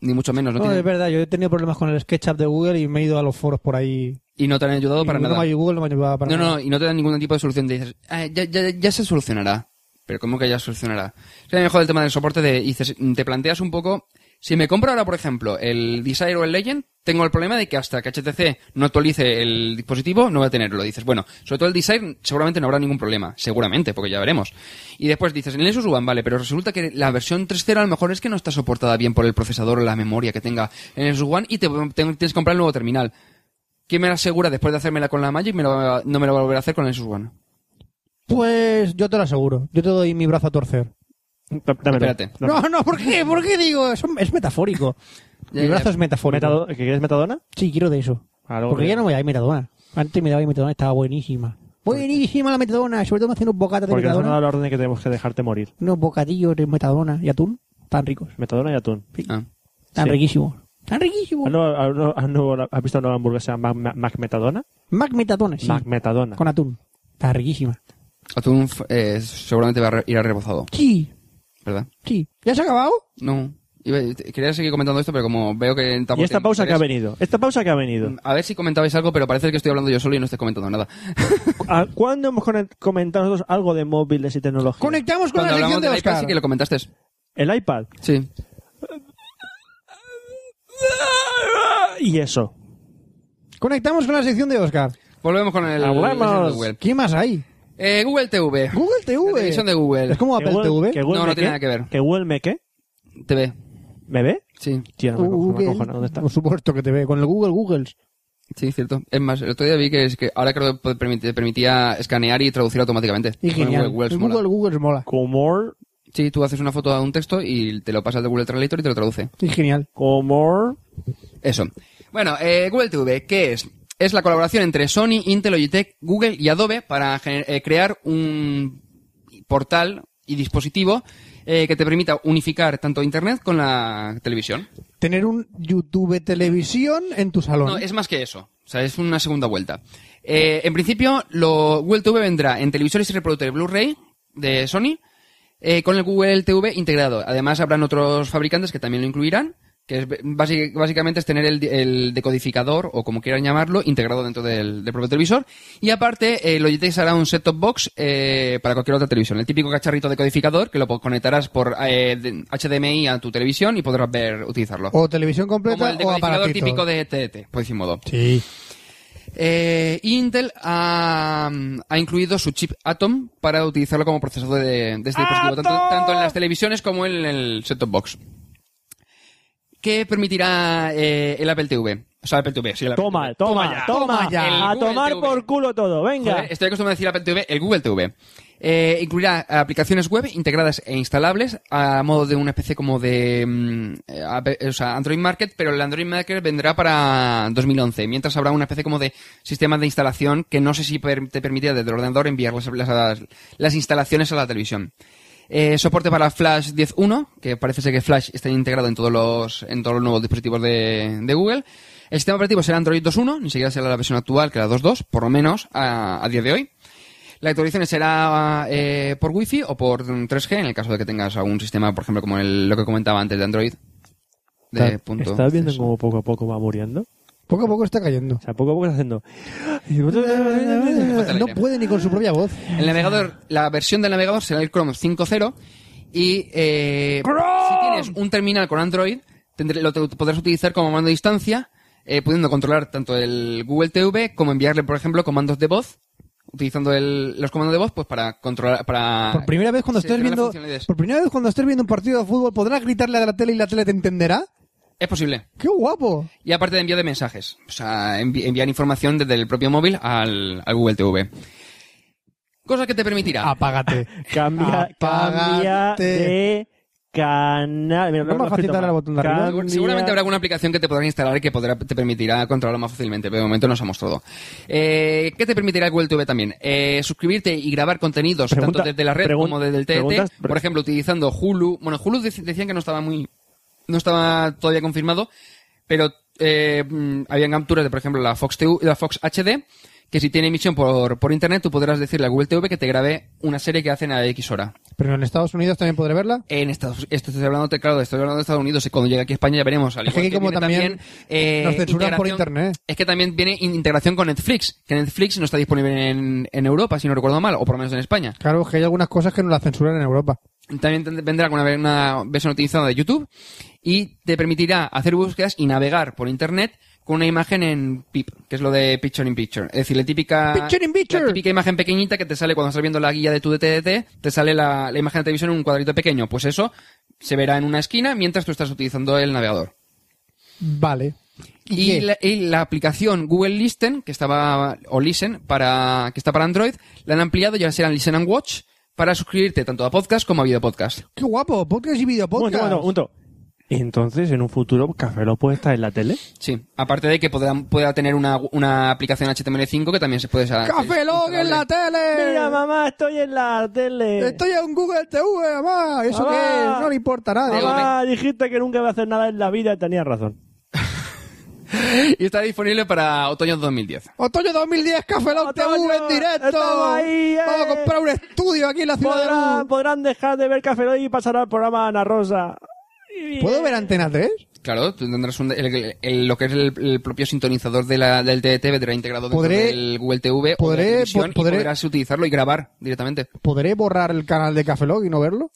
S4: ni mucho menos. No
S3: No,
S4: tiene-
S3: es verdad, yo he tenido problemas con el SketchUp de Google y me he ido a los foros por ahí.
S4: Y no te han ayudado
S3: Y
S4: para
S3: Google
S4: nada.
S3: no me- Google no me ayudaba para
S4: No,
S3: nada.
S4: no, y no te dan ningún tipo de solución. Te dices, "Ah, ya, ya, ya se solucionará. Pero ¿cómo que ya se solucionará? O sea, mejor el tema del soporte de, dices, mm, te planteas un poco, si me compro ahora, por ejemplo, el Desire o el Legend, tengo el problema de que hasta que HTC no actualice el dispositivo, no voy a tenerlo. Dices, bueno, sobre todo el Desire seguramente no habrá ningún problema. Seguramente, porque ya veremos. Y después dices, en el Nexus One, vale, pero resulta que la versión 3.0 a lo mejor es que no está soportada bien por el procesador o la memoria que tenga en el Nexus One y te, te- tienes que comprar el nuevo terminal. ¿Quién me la asegura después de hacérmela con la Magic me lo va- no me lo va a volver a hacer con el Nexus One?
S3: Pues yo te lo aseguro, yo te doy mi brazo a torcer.
S2: Mm, Dámelo.
S4: Espérate.
S2: Dámelo.
S3: No, no, ¿por qué? ¿Por qué digo? Es, un- es metafórico.
S4: Ya,
S3: mi
S4: ya.
S3: brazo es metafórico.
S2: Metado- ¿Que quieres metadona?
S3: Sí, quiero de eso.
S2: Ah, luego
S3: Porque
S2: te-
S3: ya no me dais metadona. Antes me daba metadona, estaba buenísima. Buenísima la metadona, sobre todo me hacían unos bocatas de
S2: Porque nos han dado
S3: metadona.
S2: la orden de que tenemos que dejarte morir.
S3: Unos bocadillos de metadona y atún, tan ricos,
S2: Metadona y atún.
S4: Ah.
S3: tan
S2: Sí.
S3: riquísimos. Tan riquísimos.
S2: ¿Has, no- has no- has no- has visto una nueva hamburguesa Mac, Mac- Mac Metadona?
S3: Mac metadona, sí,
S2: Mac Metadona.
S3: con atún. Está riquísima.
S4: Atún f- eh, seguramente va a re- ir a rebozado,
S3: Sí,
S4: ¿verdad?
S3: sí. ¿Ya se ha acabado?
S4: No. Iba- te- quería seguir comentando esto, pero como veo que...
S2: ¿Y
S4: tampoco
S2: esta
S4: tiene
S2: pausa que ha
S4: interés- mm,
S2: venido? ¿Esta pausa que ha
S3: Mm.
S2: venido?
S4: A ver si comentabais algo, pero parece que estoy hablando yo solo y no estáis comentando nada.
S2: ¿A- ¿Cuándo hemos conect- comentado nosotros algo de móviles y tecnología?
S3: Conectamos con
S4: Cuando
S3: la sección
S4: hablamos
S3: de
S4: del iPad
S3: Oscar.
S4: sí que lo comentaste.
S2: El iPad.
S4: Sí.
S2: Y eso.
S3: Conectamos con la sección de Oscar.
S4: Volvemos con el...
S2: Hablamos.
S4: el Google.
S3: ¿Qué más hay?
S4: Eh, Google TV.
S3: Google
S4: La
S3: TV.
S4: televisión de Google.
S3: Es como
S2: ¿Que
S3: Apple
S2: Google-
S3: TV.
S2: que Google
S4: No, no
S2: me
S4: tiene
S2: qué?
S4: nada que ver.
S2: ¿Que Google me qué?
S4: TV.
S2: ¿Me ve?
S4: Sí,
S2: Tío, no me cojo, no me
S3: Google.
S2: cojo, no, ¿dónde está?
S3: Por supuesto que te ve. Con el Google Google.
S4: sí, cierto. Es más, el otro día vi que, es que ahora creo que pod- permite- te permitía escanear y traducir automáticamente.
S3: Y
S4: Con
S3: genial.
S4: Google Words
S3: El
S4: mola.
S3: Google Google mola.
S2: Comor,
S4: Sí, tú haces una foto a un texto y te lo pasas de Google Translator y te lo traduce.
S3: Y genial.
S2: comor...
S4: Eso. Bueno, eh, Google TV, ¿qué es? Es la colaboración entre Sony, Intel, Logitech, Google y Adobe para gener- eh, crear un portal y dispositivo eh, que te permita unificar tanto Internet con la televisión.
S3: Tener un YouTube televisión en tu salón.
S4: No, es más que eso. O sea, es una segunda vuelta. Eh, en principio, lo, Google TV vendrá en televisores y reproductores Blu-ray de Sony eh, con el Google TV integrado. Además, habrán otros fabricantes que también lo incluirán, que es b- basi- básicamente es tener el, di- el decodificador, o como quieran llamarlo, integrado dentro del, del propio televisor. Y aparte, eh, Logitech hará un set-top box eh, para cualquier otra televisión. El típico cacharrito decodificador que lo po- conectarás por eh, de- HDMI a tu televisión y podrás ver, utilizarlo.
S3: O televisión
S4: como
S3: completa
S4: el
S3: o
S4: decodificador
S3: aparatito.
S4: típico de TDT, por decir modo.
S3: Sí.
S4: Eh, Intel ha, ha incluido su chip Atom para utilizarlo como procesador de, de este dispositivo, tanto, tanto en las televisiones como en el set-top box. ¿Qué permitirá eh, el Apple TV? O sea, Apple TV, sí, el Apple
S2: Toma,
S4: TV.
S2: toma, toma,
S3: toma ya.
S4: El
S2: A
S4: Google
S2: tomar
S4: TV.
S2: por culo todo, venga.
S4: Joder, estoy acostumbrado a decir Apple TV, el Google TV. Eh, incluirá aplicaciones web integradas e instalables a modo de una especie como de mm, eh, app- eh, o sea, Android Market, pero el Android Market vendrá para 2011, mientras habrá una especie como de sistema de instalación que no sé si per- te permitirá desde el ordenador enviar las, las- las instalaciones a la televisión. Eh, soporte para Flash 10.1, que parece ser que Flash está integrado en todos los, en todos los nuevos dispositivos de, de Google. El sistema operativo será Android 2.1, ni siquiera será la versión actual, que la 2.2, por lo menos a, a día de hoy. La actualización será eh, por Wi-Fi o por 3G, en el caso de que tengas algún sistema, por ejemplo, como el- lo que comentaba antes de Android. De
S2: ¿Estás-
S4: punto
S2: ¿Estás viendo
S4: acceso.
S2: cómo poco a poco va muriendo?
S3: Poco a poco está cayendo.
S2: O sea, poco a poco está haciendo...
S4: aire.
S3: No puede ni con su propia voz.
S4: El navegador, la versión del navegador será el Chrome 5.0 y eh, si tienes un terminal con Android tendré- lo te- podrás utilizar como mando a distancia, eh, pudiendo controlar tanto el Google TV como enviarle, por ejemplo, comandos de voz, utilizando el- los comandos de voz pues para controlar para
S5: Pues
S3: Por primera vez cuando
S4: Ah, Sí,
S3: estés
S4: tener las
S3: viendo,
S4: funcionalidades.
S3: por primera vez cuando estés viendo un partido de fútbol, podrás gritarle a la tele y la tele te entenderá.
S4: es posible.
S3: ¡Qué guapo!
S4: Y aparte de envío de mensajes, o sea, envi- enviar información desde el propio móvil al, al Google TV. Cosa que te
S5: Ah,
S4: permitirá.
S3: Apágate.
S2: Cambia, cambia
S3: Apágate.
S2: de canal. Mira,
S3: ¿No es más
S2: lo he
S3: fácil
S2: escrito
S3: darle
S2: mal.
S3: al botón de arriba?
S2: Cambia-
S4: Seguramente habrá alguna aplicación que te podrán instalar que podrá, te permitirá controlarlo más fácilmente, pero de momento no se ha mostrado. Eh, ¿Qué te permitirá el Google TV también? Eh, suscribirte y grabar contenidos
S2: Pregunta-
S4: tanto desde la red
S2: pregun-
S4: como desde el
S2: preguntas-
S4: TNT, por ejemplo, utilizando Hulu. Bueno, Hulu dec- decían que no estaba muy, no estaba todavía confirmado, pero eh, mm, habían capturas de, por ejemplo, la Fox, TV, la Fox HD, que si tiene emisión por, por internet, tú podrás decirle a Google TV que te grabe una serie que hacen a X hora.
S3: Pero en Estados Unidos también podré verla.
S4: En Estados esto estoy hablando, te- claro, estoy hablando de Estados Unidos y cuando llegue aquí a España ya veremos. Al
S3: Es que
S4: igual
S3: aquí como
S4: viene eh,
S3: también nos censuran por
S4: integración-
S3: internet.
S4: Es que también viene in- integración con Netflix, que Netflix no está disponible en, en Europa, si no recuerdo mal, o por lo menos en España.
S3: Claro, es que hay algunas cosas que no las censuran en Europa.
S4: También tend- vendrá alguna vez una versión utilizada de YouTube y te permitirá hacer búsquedas y navegar por internet con una imagen en PIP, que es lo de Picture in Picture. Es decir, la típica,
S3: Picture in picture.
S4: la típica imagen pequeñita que te sale cuando estás viendo la guía de tu DTDT, te sale la, la imagen de televisión en un cuadrito pequeño. Pues eso se verá en una esquina mientras tú estás utilizando el navegador.
S3: Vale. ¿Y
S4: Y
S3: qué?
S4: la, y la aplicación Google Listen, que estaba, o Listen, para, que está para Android, la han ampliado y ahora serán Listen and Watch para suscribirte tanto a podcast como a video podcast.
S3: ¡Qué guapo! Podcast y
S2: Un momento,
S3: videopodcast.
S2: un momento, un momento. Entonces, en un futuro, Café Lock puede estar en la tele.
S5: Eh.
S4: Sí, aparte de que podrá, pueda tener una, una aplicación HTML5 que también se puede usar.
S3: ¡Café Log en la tele!
S2: Mira, mamá, estoy en la tele.
S3: Estoy en Google TV, mamá. ¿Eso
S2: Mamá.
S3: qué es? No le importa a nadie.
S4: Mamá.
S2: Mamá, dijiste que nunca iba a hacer nada en la vida y tenías razón.
S4: y estará disponible para otoño de 2010.
S5: Otoño 2010, Café Lock
S2: Otoño,
S5: TV en directo.
S2: estamos ahí, eh.
S5: Vamos a comprar un estudio aquí en la ciudad de
S2: Podrán,
S5: Lugo.
S2: podrán dejar de ver Café Lock y pasar al programa Ana Rosa. Y-
S5: ¿Puedo ver Antena 3?
S4: Claro, tú tendrás un- el- el- lo que es el, el propio sintonizador de la, del TDT vendrá integrado dentro
S5: Podré-
S4: del Google TV o de la
S5: podré-
S4: televisión y
S5: podré-
S4: podrás utilizarlo y grabar directamente.
S5: ¿Podré borrar el canal de Café Lock y no verlo?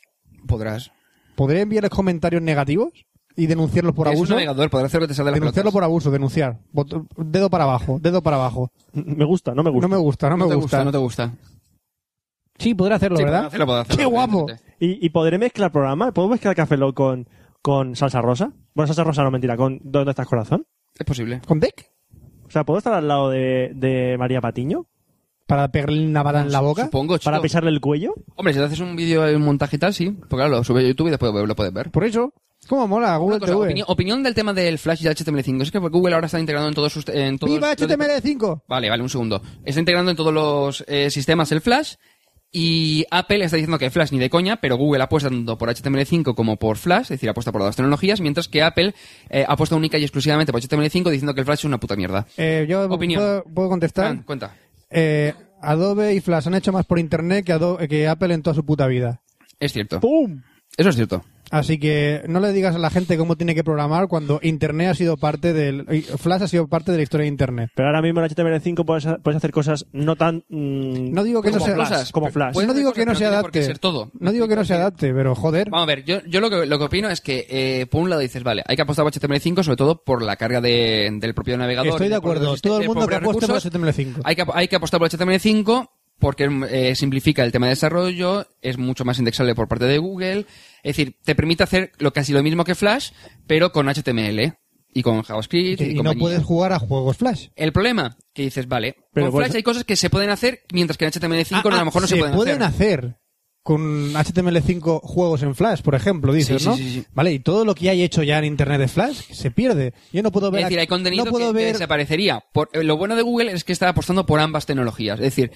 S4: Podrás.
S5: ¿Podré enviarles comentarios negativos y denunciarlos por
S4: es
S5: abuso?
S4: un navegador, podrás hacer lo que te salga de la
S5: Denunciarlo
S4: pelotas.
S5: por abuso, denunciar. Bot- Dedo para abajo, dedo para abajo.
S2: Me gusta, no me gusta.
S5: No me gusta, no,
S4: No
S5: me
S4: te
S5: gusta.
S4: gusta, no te gusta.
S5: Sí, podré hacerlo,
S4: Sí,
S5: ¿verdad?
S4: podrás hacerlo, podrás hacerlo,
S5: ¡Qué guapo!
S4: evidentemente.
S2: ¿Y, y podré mezclar programas? ¿Puedo mezclar Café Lock con, con Salsa Rosa? Bueno, Salsa Rosa no, mentira, con ¿Dónde estás corazón?
S4: Es posible.
S5: ¿Con Deck?
S2: O sea, ¿puedo estar al lado de, de María Patiño?
S5: ¿Para pegarle una bala en la boca?
S4: Supongo, chico.
S2: ¿Para pisarle el cuello?
S4: Hombre, si te haces un vídeo, un montaje y tal, sí. Porque claro, lo subes a YouTube y después lo puedes ver.
S5: Por eso, ¿cómo mola
S4: Una
S5: Google
S4: cosa,
S5: TV?
S4: opinión, opinión del tema del Flash y del HTML5. Es que Google ahora está integrando en todos sus... En todos
S5: ¡Viva
S4: los-
S5: HTML5!
S4: Vale, vale, un segundo. Está integrando en todos los eh, sistemas el Flash y Apple está diciendo que Flash ni de coña, pero Google apuesta tanto por HTML5 como por Flash, es decir, apuesta por las dos tecnologías, mientras que Apple eh, apuesta única y exclusivamente por HTML5 diciendo que el Flash es una puta mierda.
S5: Eh, yo
S4: Opinión.
S5: puedo, puedo contestar.
S4: Fran, cuenta.
S5: Eh, Adobe y Flash han hecho más por internet que, Ado- que Apple en toda su puta vida.
S4: Es cierto.
S2: ¡Pum!
S4: Eso es cierto.
S5: Así que no le digas a la gente cómo tiene que programar cuando internet ha sido parte del y Flash ha sido parte de la historia de internet.
S2: Pero ahora mismo en HTML5 puedes, ha- puedes hacer cosas no tan... mm,
S5: No digo que no
S2: como
S5: sea
S2: Flash,
S4: cosas,
S2: como
S4: pero
S2: Flash.
S4: puede-
S5: no digo
S4: hacer
S5: que no
S4: cosas,
S5: se
S4: pero no tiene por qué
S5: adapte.
S4: ser todo.
S5: No digo que no se adapte, pero joder.
S4: Vamos a ver, yo, yo lo, que, lo que opino es que, eh, por un lado dices, vale, hay que apostar por HTML5, sobre todo por la carga de- del propio navegador.
S5: Estoy
S4: y
S5: de
S4: del propio
S5: acuerdo.
S4: sistema-
S5: Todo el
S4: del
S5: mundo que
S4: propio
S5: apueste por
S4: recursos.
S5: HTML5.
S4: Hay que, hay que apostar por HTML5 porque eh, simplifica el tema de desarrollo, es mucho más indexable por parte de Google. Es decir, te permite hacer lo casi lo mismo que Flash, pero con HTML y con JavaScript. Y,
S5: Y no
S4: compañía.
S5: puedes jugar a juegos Flash.
S4: El problema que dices, vale,
S2: Pero
S4: con
S2: pues-
S4: Flash hay cosas que se pueden hacer, mientras que en
S5: Ah,
S4: HTML5 a lo mejor no Ah, se, pueden, hacer.
S5: hacer. con HTML5 juegos en Flash, por ejemplo, dices,
S4: Sí, sí,
S5: ¿no?
S4: sí, sí.
S5: Vale, y todo lo que hay hecho ya en internet de Flash se pierde. Yo no puedo ver
S4: Es decir,
S5: ac-
S4: hay contenido
S5: no puedo
S4: que, que
S5: ver
S4: desaparecería. Por- eh, lo bueno de Google es que está apostando por ambas tecnologías. Es decir,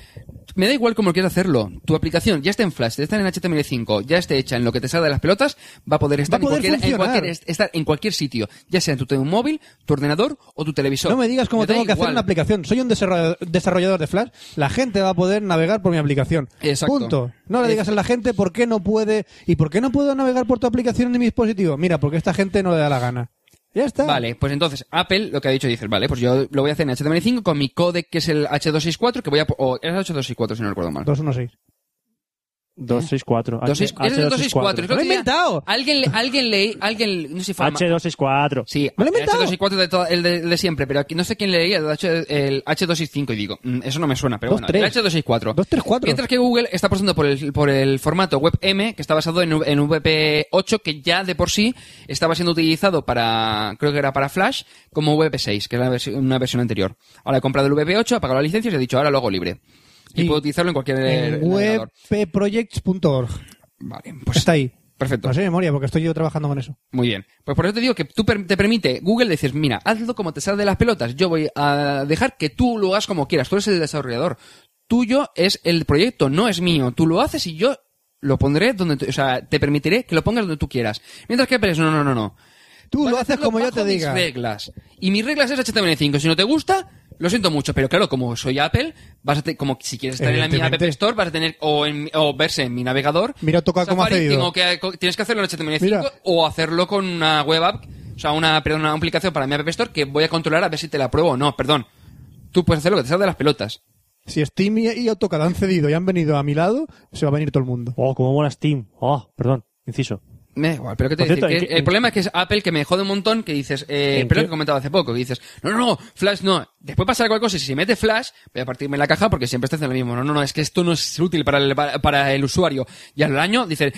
S4: me da igual cómo quieras hacerlo. Tu aplicación ya está en Flash, ya está en HTML5, ya está hecha en lo que te salga de las pelotas, va a poder estar,
S5: a poder
S4: en, cualquier, en,
S5: funcionar.
S4: cualquier, est- estar en cualquier sitio, ya sea en tu, tu móvil, tu ordenador o tu televisor.
S5: No me digas cómo
S4: da
S5: tengo que hacer
S4: igual.
S5: una aplicación. Soy un desarrollador- desarrollador de Flash. La gente va a poder navegar por mi aplicación.
S4: Exacto.
S5: Punto. No le digas a la gente por qué no puede y por qué no puedo navegar por tu aplicación en mi dispositivo. Mira, porque esta gente no le da la gana. Ya está.
S4: Vale, pues entonces Apple lo que ha dicho dices, vale, pues yo lo voy a hacer en HTML5 con mi codec que es el H264, que voy a... po- O es H264 si no recuerdo mal.
S5: 216.
S2: 264.
S4: Dos seis-
S2: H-
S4: es el 264.
S2: H264.
S4: Creo
S5: ¡Lo he
S4: que ya-
S5: inventado!
S4: Alguien, le- alguien leí, alguien, no sé si fue Ama-
S2: H264.
S4: Sí,
S5: ¿Me lo he inventado?
S4: el H264 de, to- el de, el de siempre, pero aquí no sé quién leía el, H, el H265 y digo, mm, eso no me suena, pero
S5: Dos,
S4: bueno,
S5: tres.
S4: el H264.
S5: Dos, tres, cuatro.
S4: Ah. Mientras que Google está apostando por el, por el formato WebM, que está basado en, en VP8, que ya de por sí estaba siendo utilizado para, creo que era para Flash, como VP6, que era la versi- una versión anterior. Ahora he comprado el VP8, he pagado la licencia y he dicho, ahora lo hago libre. Y,
S5: Y
S4: puedo utilizarlo en cualquier
S5: En
S4: Eh, navegador.
S5: webpprojects.org.
S4: Vale, pues
S5: Está ahí.
S4: Perfecto.
S5: No sé de memoria porque estoy yo trabajando con eso.
S4: Muy bien. Pues por eso te digo que tú per- te permite, Google dices, mira, hazlo como te sale de las pelotas. Yo voy a dejar que tú lo hagas como quieras. Tú eres el desarrollador. Tuyo es el proyecto, no es mío. Tú lo haces y yo lo pondré donde, tú- o sea, te permitiré que lo pongas donde tú quieras. Mientras que Apple es, no, no, no, no.
S5: Tú
S4: Vas
S5: lo
S4: a
S5: haces
S4: hacerlo
S5: como yo
S4: bajo
S5: te
S4: mis
S5: diga.
S4: reglas. Y mis reglas es HTML5. Si no te gusta, lo siento mucho. Pero claro, como soy Apple, vas a te- como si quieres estar en la mi App
S5: Evidentemente.
S4: Store, vas a tener, o, en- o verse en mi navegador.
S5: Mira, toca cómo ha
S4: Safari,
S5: cedido.
S4: tengo que- co- tienes que hacerlo en HTML5
S5: Mira.
S4: o hacerlo con una web app, o sea, una, perdón, una aplicación para mi App Store que voy a controlar a ver si te la apruebo o no. Perdón. Tú puedes hacer lo que te salga de las pelotas.
S5: Si Steam y, y AutoCAD han cedido y han venido a mi lado, se va a venir todo el mundo.
S2: Oh, cómo mola Steam. Oh, perdón, inciso.
S4: Me da igual, pero ¿qué te
S2: Por
S4: voy a
S2: cierto,
S4: decir?
S2: ¿en
S4: Que
S2: qué-
S4: el
S2: en-
S4: problema es que es Apple que me jode un montón, que dices, eh,
S2: ¿En
S4: pero lo
S2: qué?
S4: que comentaba hace poco, que dices, no, no, no, Flash no, después pasará cualquier cosa, y si se mete Flash, voy a partirme la caja porque siempre está haciendo lo mismo, no, no, no, es que esto no es útil para el, para- para el usuario. Y al año dices,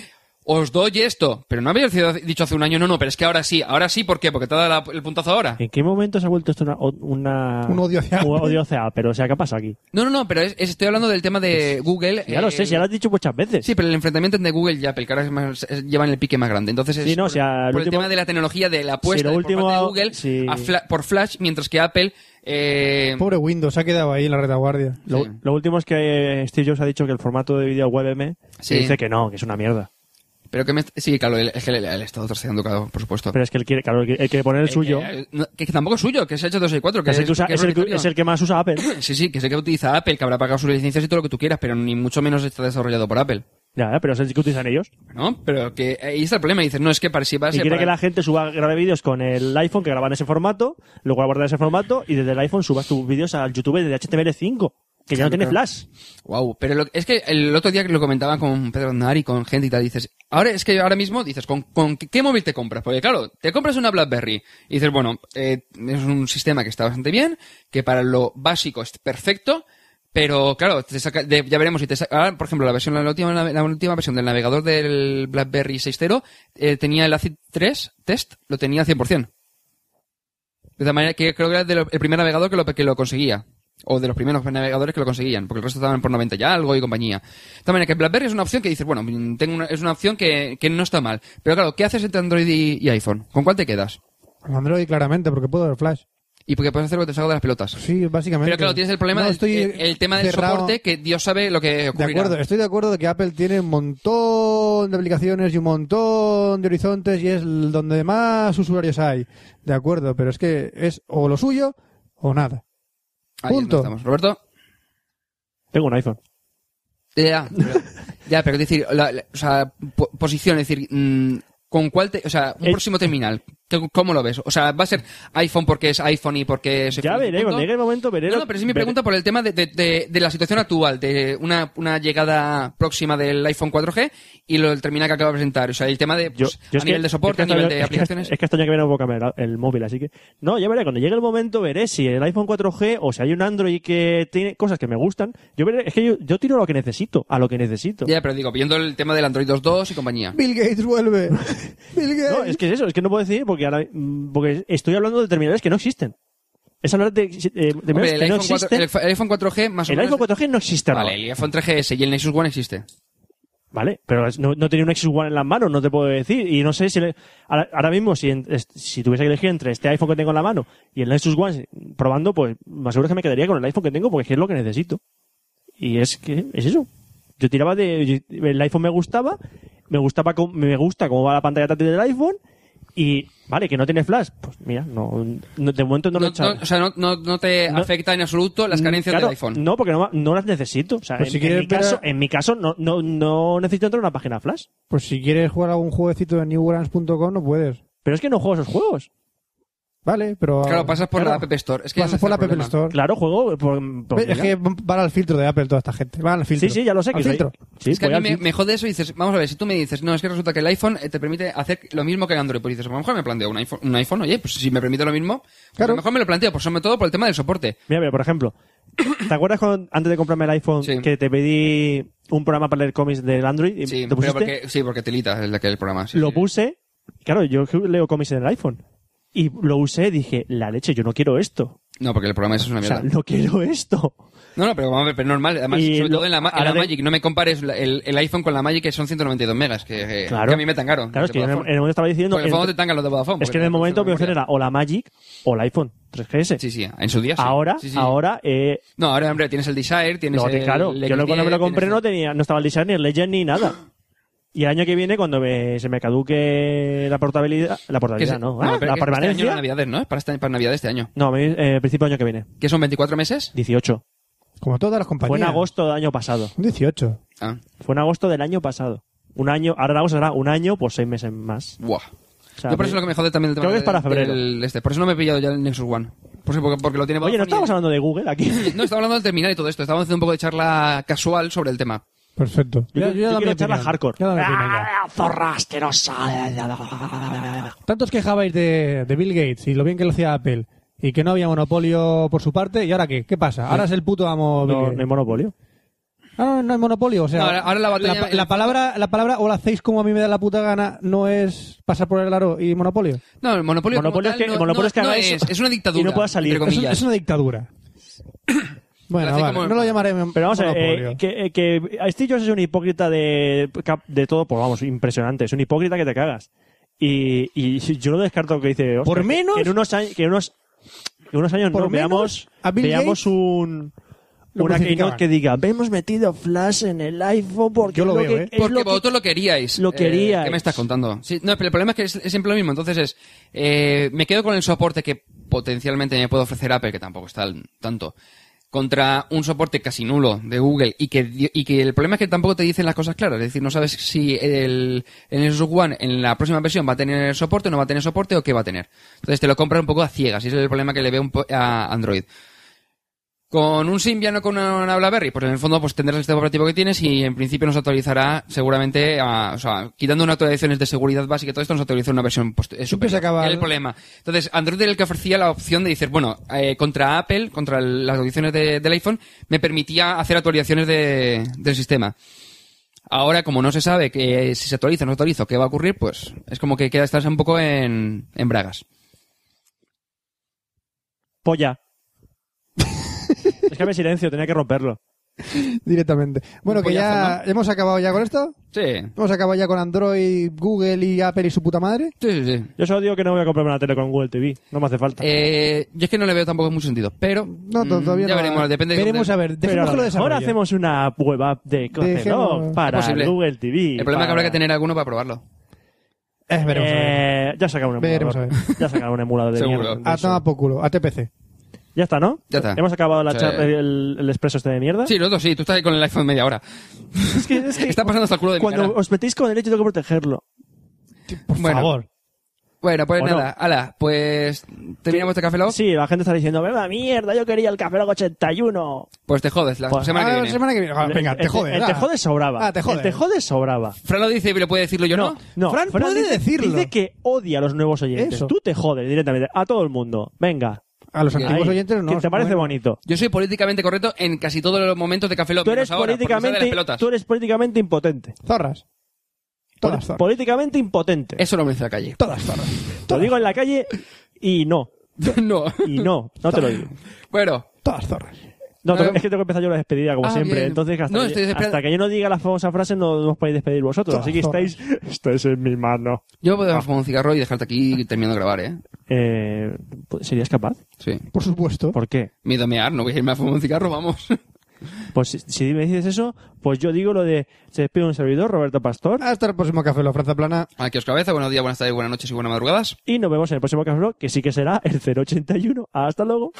S4: os doy esto, pero no había dicho hace un año, no, no, pero es que ahora sí, ahora sí, ¿por qué? Porque te ha dado la- el puntazo ahora.
S2: ¿En qué momento se ha vuelto esto una... una-
S5: Un odio hacia Apple.
S2: un odio hacia Apple? O sea, ¿qué ha pasado aquí?
S4: No, no, no, pero es- es- estoy hablando del tema de Google.
S2: Ya lo
S4: eh,
S2: sé, si ya lo has dicho muchas veces.
S4: Sí, pero el enfrentamiento entre Google y Apple, que ahora es más- es- llevan el pique más grande. Entonces, es
S2: Sí, no,
S4: por,
S2: o sea, el
S4: por
S2: último-
S4: el tema de la tecnología de la apuesta
S2: Sí, lo
S4: de-
S2: último-
S4: por parte de Google
S2: sí.
S4: a Fla- por Flash, mientras que Apple... eh,
S5: Pobre Windows, se ha quedado ahí en la retaguardia.
S2: Lo,
S4: Sí.
S2: lo último es que eh, Steve Jobs ha dicho que el formato de vídeo WebM
S4: Sí.
S2: dice que no, que es una mierda.
S4: Pero que me... Sí, claro, él- es que le, le he estado troceando, claro, por supuesto.
S2: Pero es que él quiere, claro, él quiere- él quiere poner el
S4: Eh,
S2: suyo.
S4: Que, no, que tampoco es suyo, que es el 8264. Que
S2: que es, el que usa-
S4: que
S2: es el que-
S4: propietario.
S2: es el que más usa Apple.
S4: Sí, sí, que sé que utiliza Apple, que habrá pagado sus licencias y todo lo que tú quieras, pero ni mucho menos está desarrollado por Apple.
S2: Ya, ya, pero es el que utilizan ellos.
S4: ¿No? Pero que ahí está el problema. Dices, no, es que para si va a
S2: Y
S4: ser
S2: quiere
S4: para-
S2: que la gente suba, grabe vídeos con el iPhone, que graban ese formato, luego guardan ese formato y desde el iPhone subas tus vídeos al YouTube de HTML5, que ya no
S4: Claro,
S2: tiene
S4: claro.
S2: flash.
S4: Wow, pero lo- es que el otro día que lo comentaba con Pedro Aznar y con gente y tal, dices, ahora es que ahora mismo dices, ¿con, con qué, qué móvil te compras? Porque claro, te compras una BlackBerry y dices, bueno, eh, es un sistema que está bastante bien, que para lo básico es perfecto, pero claro, te saca- de- ya veremos si te saca, ahora, por ejemplo, la versión, la última, la última versión del navegador del BlackBerry 6.0 eh, tenía el ACID 3 test, lo tenía al 100%. De tal manera que creo que era de lo- el primer navegador que lo, que lo conseguía. O de los primeros navegadores que lo conseguían, porque el resto estaban por 90 y algo y compañía. De tal manera que BlackBerry es una opción que dices, bueno, mm, tengo una- es una opción que, que no está mal. Pero claro, ¿qué haces entre Android y, y iPhone? ¿Con cuál te quedas?
S3: Con Android, claramente, porque puedo ver Flash.
S4: Y porque puedes hacer lo que te salga de las pelotas.
S3: Sí, básicamente.
S4: Pero claro, tienes el problema
S3: No,
S4: del
S3: estoy
S4: el, el tema del
S3: cerrado.
S4: soporte, que Dios sabe lo que
S3: De
S4: ocurrirá.
S3: acuerdo, estoy de acuerdo de que Apple tiene un montón de aplicaciones y un montón de horizontes y es l- donde más usuarios hay. De acuerdo, pero es que es o lo suyo o nada.
S4: Ahí es donde
S3: punto.
S4: estamos. Roberto,
S2: Tengo un iPhone.
S4: Ya, pero, ya, pero es decir, la- la- o sea, po- posición, es decir, mm, ¿con cuál te, o sea, un
S2: Eh.
S4: próximo terminal? ¿qué- ¿Cómo lo ves? O sea, ¿va a ser iPhone porque es iPhone y porque es
S2: ya
S4: iPhone,
S2: veré,
S4: punto?
S2: cuando llegue el momento veré.
S4: No,
S2: lo-
S4: no, pero es mi
S2: veré-
S4: pregunta por el tema de, de- de- de la situación actual, de una, una llegada próxima del iPhone 4G y lo, el terminal que acaba de presentar. O sea, el tema de,
S2: Yo-
S4: pues,
S2: yo
S4: a
S2: es que-
S4: nivel de soporte,
S2: es que hasta-
S4: a nivel de
S2: es que-
S4: aplicaciones.
S2: Es que hasta ya que viene poca manera el móvil, así que. No, ya veré, cuando llegue el momento veré si el iPhone 4G o si hay un Android que tiene cosas que me gustan. Yo veré, es que yo, yo tiro a lo que necesito, a lo que necesito.
S4: Ya, pero digo, viendo el tema del Android 2.2 y compañía.
S3: Bill Gates vuelve. Bill Gates.
S2: No, es que es eso, es que no puedo decir porque ahora mm, porque estoy hablando de terminales que no existen. Es hablar de, eh, de
S4: Hombre,
S2: terminales
S4: el,
S2: que no
S4: iPhone 4,
S2: existen.
S4: el fa- el iPhone 4G más o
S2: El
S4: menos...
S2: iPhone 4G no existe ahora.
S4: Vale, el iPhone 3GS y el Nexus One existe.
S2: Vale, pero es- no, no tenía un Xbox One en las manos, no te puedo decir. Y no sé si le- ahora, ahora mismo, si, en- es- si tuviese que elegir entre este iPhone que tengo en la mano y el Nexus One probando, pues más seguro es que me quedaría con el iPhone que tengo porque es que es lo que necesito. Y es que es eso. Yo tiraba de. yo- el iPhone me gustaba, me gustaba cómo- me gusta cómo va la pantalla táctil del iPhone y. Vale, que no tiene flash. Pues mira, no, no- de momento no, lo he
S4: No,
S2: echado.
S4: no, o sea, no, no- no te
S2: No. Mm,
S4: afecta en absoluto las carencias
S2: Claro,
S4: del iPhone.
S2: No, porque no, no las necesito. O sea,
S3: Pues
S2: en,
S3: si
S2: en
S3: quieres
S2: mi
S3: ver a-
S2: caso, en mi caso no, no, no necesito entrar a una página flash.
S3: Pues si quieres jugar a un jueguecito de newgrounds.com no puedes.
S2: Pero es que no juego esos juegos.
S3: Vale, pero...
S4: Claro, pasas por
S3: claro,
S4: la App Store. Es que
S3: pasas
S4: ese
S3: por la
S4: es el
S3: Apple
S4: problema.
S3: Store.
S2: Claro, juego por, por-
S3: Es que van al filtro de Apple toda esta gente. Van al filtro.
S2: Sí, sí, ya lo sé.
S3: Al
S2: que soy-
S3: filtro.
S2: sí, pues
S4: es que
S2: voy
S4: a
S2: al
S4: mí me,
S2: filtro.
S4: me jode eso y dices, vamos a ver, si tú me dices, no, es que resulta que el iPhone eh, te permite hacer lo mismo que el Android, pues dices, a lo mejor me planteo un iPhone, un iPhone oye, pues si me permite lo mismo, pues a
S3: Claro.
S4: lo mejor me lo planteo, pues sobre todo por el tema del soporte.
S2: Mira, mira, por ejemplo, ¿te acuerdas cuando, antes de comprarme el iPhone
S4: Sí.
S2: que te pedí un programa para leer cómics del Android? Y
S4: Sí,
S2: te
S4: pero
S2: pusiste,
S4: porque, sí, porque Telita es la que el programa. sí,
S2: lo
S4: sí.
S2: puse. Claro, yo leo cómics en el iPhone. Y lo usé, dije, la leche, yo no quiero esto.
S4: No, porque el programa es una
S2: O
S4: mierda.
S2: sea, no quiero esto.
S4: No, no, pero vamos a ver, pero normal. Además,
S2: Y
S4: sobre
S2: lo-
S4: todo en la, ma- en
S2: ahora
S4: la
S2: de-
S4: Magic, no me compares la- el, el iPhone con la Magic, que son 192 megas, que, eh,
S2: Claro.
S4: que a mí me tangaron.
S2: Claro, es
S4: de
S2: que yo en el, en
S4: Vodafone.
S2: el momento estaba diciendo.
S4: Porque el fondo
S2: entre-
S4: te tangan los de Vodafone.
S2: es que
S4: porque
S2: en el
S4: te-
S2: momento me
S4: memoria.
S2: genera o la Magic o el iPhone 3GS.
S4: Sí, sí, en su día sí.
S2: Ahora,
S4: Sí, sí.
S2: ahora, eh,
S4: No, ahora, hombre, tienes el Desire, tienes
S2: No,
S4: el...
S2: claro,
S4: el
S2: yo lo- cuando me lo
S4: X10,
S2: compré
S4: tienes-
S2: no tenía, no estaba el Design, ni el Legend, ni nada. Y el año que viene, cuando me- se me caduque la portabilidad, la
S4: que
S2: portabilidad
S4: se-
S2: no,
S4: no,
S2: ah,
S4: pero
S2: la
S4: que es para este año
S2: permanencia.
S4: de Navidades, ¿no? Es para, este- para Navidad de este año.
S2: no, me- eh, principio del año que viene,
S4: ¿Qué son 24 meses?
S2: 18.
S3: Como todas las compañías.
S2: Fue en agosto del año pasado.
S3: 18.
S4: Ah,
S2: Fue en agosto del año pasado. Un año, ahora en agosto será un año, pues seis meses más.
S4: buah.
S2: O sea,
S4: Yo por
S2: me-
S4: eso lo que me jode también el tema
S2: Creo que es
S4: de-
S2: para febrero.
S4: del este. Por eso no me he pillado ya el Nexus One. Por eso- porque, porque lo tiene
S2: Oye, no
S4: Vodafone y-
S2: estábamos hablando de Google aquí.
S4: No, estaba hablando del terminal y todo esto. Estábamos haciendo un poco de charla casual sobre el tema.
S3: Perfecto.
S2: Yo,
S3: Ya-
S2: yo
S3: ya da mi
S2: quiero charla
S3: opinión.
S2: hardcore.
S3: Ya da mi opinión, ya.
S1: Ah, Zorras que no saben.
S3: Tanto os quejabais de, de Bill Gates y lo bien que lo hacía Apple y que no había monopolio por su parte, ¿y ahora qué? ¿Qué pasa? Ahora es el puto amo Bill
S2: No,
S3: Gates.
S2: no hay monopolio.
S3: Ah, no hay monopolio, o sea,
S4: No, ahora- ahora la batalla-
S3: pa- la palabra, la palabra o la hacéis como a mí me da la puta gana no es pasar por el aro y monopolio.
S4: No, el monopolio, como
S2: Monopolio es
S4: tal
S2: que-
S4: no-
S2: el monopolio
S4: no-
S2: es que
S4: no
S2: hagáis-
S4: es, es una dictadura.
S2: y no puedas salir.
S4: entre
S3: Es, un-
S4: comillas.
S3: es una dictadura. Bueno,
S4: Hace
S3: vale,
S4: como-
S3: no lo llamaré
S2: Pero vamos a ver,
S3: monopolio.
S2: eh, que, eh, que Steve Jobs es un hipócrita de, de todo, pues vamos, impresionante. Es un hipócrita que te cagas. Y, y yo no descarto que dice... "Ostras,
S3: ¿Por menos?
S2: Que en unos años, que en unos, que en unos años
S3: ¿Por
S2: no,
S3: menos?
S2: veamos,
S3: ¿A Bill
S2: veamos
S3: Gates?
S2: un...
S3: lo
S2: una keynote
S3: crucificaban.
S2: que diga, hemos metido Flash en el iPhone porque
S3: Yo lo
S2: es
S3: veo,
S2: que-
S3: ¿eh?
S2: es
S4: Porque
S2: lo que-
S4: vosotros lo queríais.
S2: lo
S4: Eh,
S2: queríais.
S4: ¿Qué me estás contando? Sí, no, pero el problema es que es, es siempre lo mismo. Entonces es, eh, me quedo con el soporte que potencialmente me puede ofrecer Apple, que tampoco está al tanto, contra un soporte casi nulo de Google y que, di- y que el problema es que tampoco te dicen las cosas claras. Es decir, no sabes si el, el Xbox One en la próxima versión va a tener soporte o no va a tener soporte o qué va a tener. Entonces te lo compras un poco a ciegas y ese es el problema que le veo un po- a Android. Con un Symbian o con una BlackBerry, pues en el fondo pues tendrás el sistema operativo que tienes y en principio nos actualizará seguramente, a- o sea, quitando unas actualizaciones de seguridad básica y todo esto, nos actualiza una versión post- eh,
S3: Siempre
S4: superior.
S3: se acaba-
S4: El problema. Entonces, Android era el que ofrecía la opción de decir, bueno, eh, contra Apple, contra el- las actualizaciones de- del iPhone, me permitía hacer actualizaciones de- del sistema. Ahora, como no se sabe que si se actualiza o no se actualiza, o qué va a ocurrir, pues es como que queda estarse un poco en, en bragas.
S2: Polla. es que me silencio, tenía que romperlo.
S3: directamente. Bueno,
S4: Un
S3: que ya
S4: pollazo,
S3: hemos acabado ya con esto.
S4: Sí,
S3: Hemos acabado ya con Android, Google y Apple y su puta madre.
S4: sí, sí. sí.
S2: Yo solo digo que no voy a comprarme una tele con Google TV, no me hace falta.
S4: Eh, yo es que no le veo tampoco mucho sentido, pero
S3: No, to-
S4: mm,
S3: todavía
S4: ya
S3: no.
S4: veremos, depende de-
S3: Veremos a ver,
S2: Pero
S3: dejemos
S2: a lo
S3: que lo
S2: mejor
S3: desarrolle.
S2: hacemos una web app de Cogedor
S3: Dejemos-
S2: para
S4: Es posible.
S2: Google TV.
S4: El problema es que habrá
S2: para-
S4: que tener alguno para probarlo.
S3: Eh, veremos a ver.
S2: Eh, ya sacaron un
S3: Veremos,
S2: emulador.
S3: a Ah,
S2: Ya sacaron un emulador de
S4: Seguro.
S2: mierda. de
S3: A
S2: eso.
S3: tomar por culo, a TPC.
S2: Ya está, ¿no?
S4: Ya está.
S2: Hemos acabado la
S4: Sí.
S2: charla, el, el expreso este de mierda.
S4: Sí, los dos sí, tú estás con el iPhone media hora.
S2: Es que, es que
S4: Está pasando hasta el culo de mi
S2: cuando
S4: cara.
S2: os metéis con derecho tengo que protegerlo.
S3: Por
S4: Bueno.
S3: favor.
S4: Bueno, pues
S2: ¿O no?
S4: nada, ala, pues terminamos este café Lock?
S2: Sí, la gente está diciendo, "Venga, mierda, yo quería el Café Lock 81.
S4: Pues te jodes, la
S2: Pues-
S4: semana que
S3: Ah,
S4: viene.
S3: semana que viene. Ah, Venga,
S2: El-
S3: te
S2: el-
S3: jodes.
S2: El
S3: ah.
S2: te este- jode sobraba.
S3: Ah, te jode.
S2: El te jode sobraba.
S4: Fran lo dice, pero puede decirlo yo no.
S2: No,
S3: Fran puede
S2: dice-
S3: decirlo.
S2: Dice que odia a los nuevos oyentes.
S3: Eso.
S2: Tú te jodes directamente a todo el mundo. Venga.
S3: A los antiguos
S2: Ahí.
S3: oyentes no.
S2: Que te parece
S3: bueno.
S2: bonito.
S4: Yo soy políticamente correcto en casi todos los momentos de café Lock,
S2: Tú eres,
S4: menos ahora, porque me sale las
S2: políticamente,
S4: pelotas.
S2: tú eres políticamente impotente.
S3: Zorras. Todas zorras.
S2: Políticamente impotente.
S4: Eso lo me dice la calle.
S3: Todas zorras.
S2: Lo
S3: Todas,
S2: digo en la calle y no.
S4: no.
S2: Y no, no te lo digo.
S4: Bueno,
S3: todas zorras.
S2: No,
S4: No.
S2: tengo- es que tengo que empezar yo la despedida, como
S4: Ah,
S2: siempre.
S4: bien.
S2: Entonces, hasta,
S4: No,
S2: que-
S4: estoy esperando.
S2: hasta que yo no diga la famosa frase, no, no os podéis despedir vosotros. Así que
S3: Todas
S2: estáis. Estáis en mi mano.
S4: yo puedo fumar un cigarro y dejarte aquí terminando de grabar, ¿eh?
S2: Eh, ¿Serías capaz?
S4: Sí.
S3: Por supuesto.
S2: ¿Por qué?
S4: Miedo a mear, no voy a irme a fumar un cigarro, vamos.
S2: Pues si, si me dices eso, pues yo digo lo de. Se despide un servidor, Roberto
S5: Ah.
S2: Pastor.
S3: Hasta el próximo café, la Franza Plana.
S4: Aquí os cabeza, buenos días, buenas tardes, buenas noches y buenas madrugadas.
S2: Y nos vemos en el próximo Café Blog, que sí que será el 081. Hasta luego.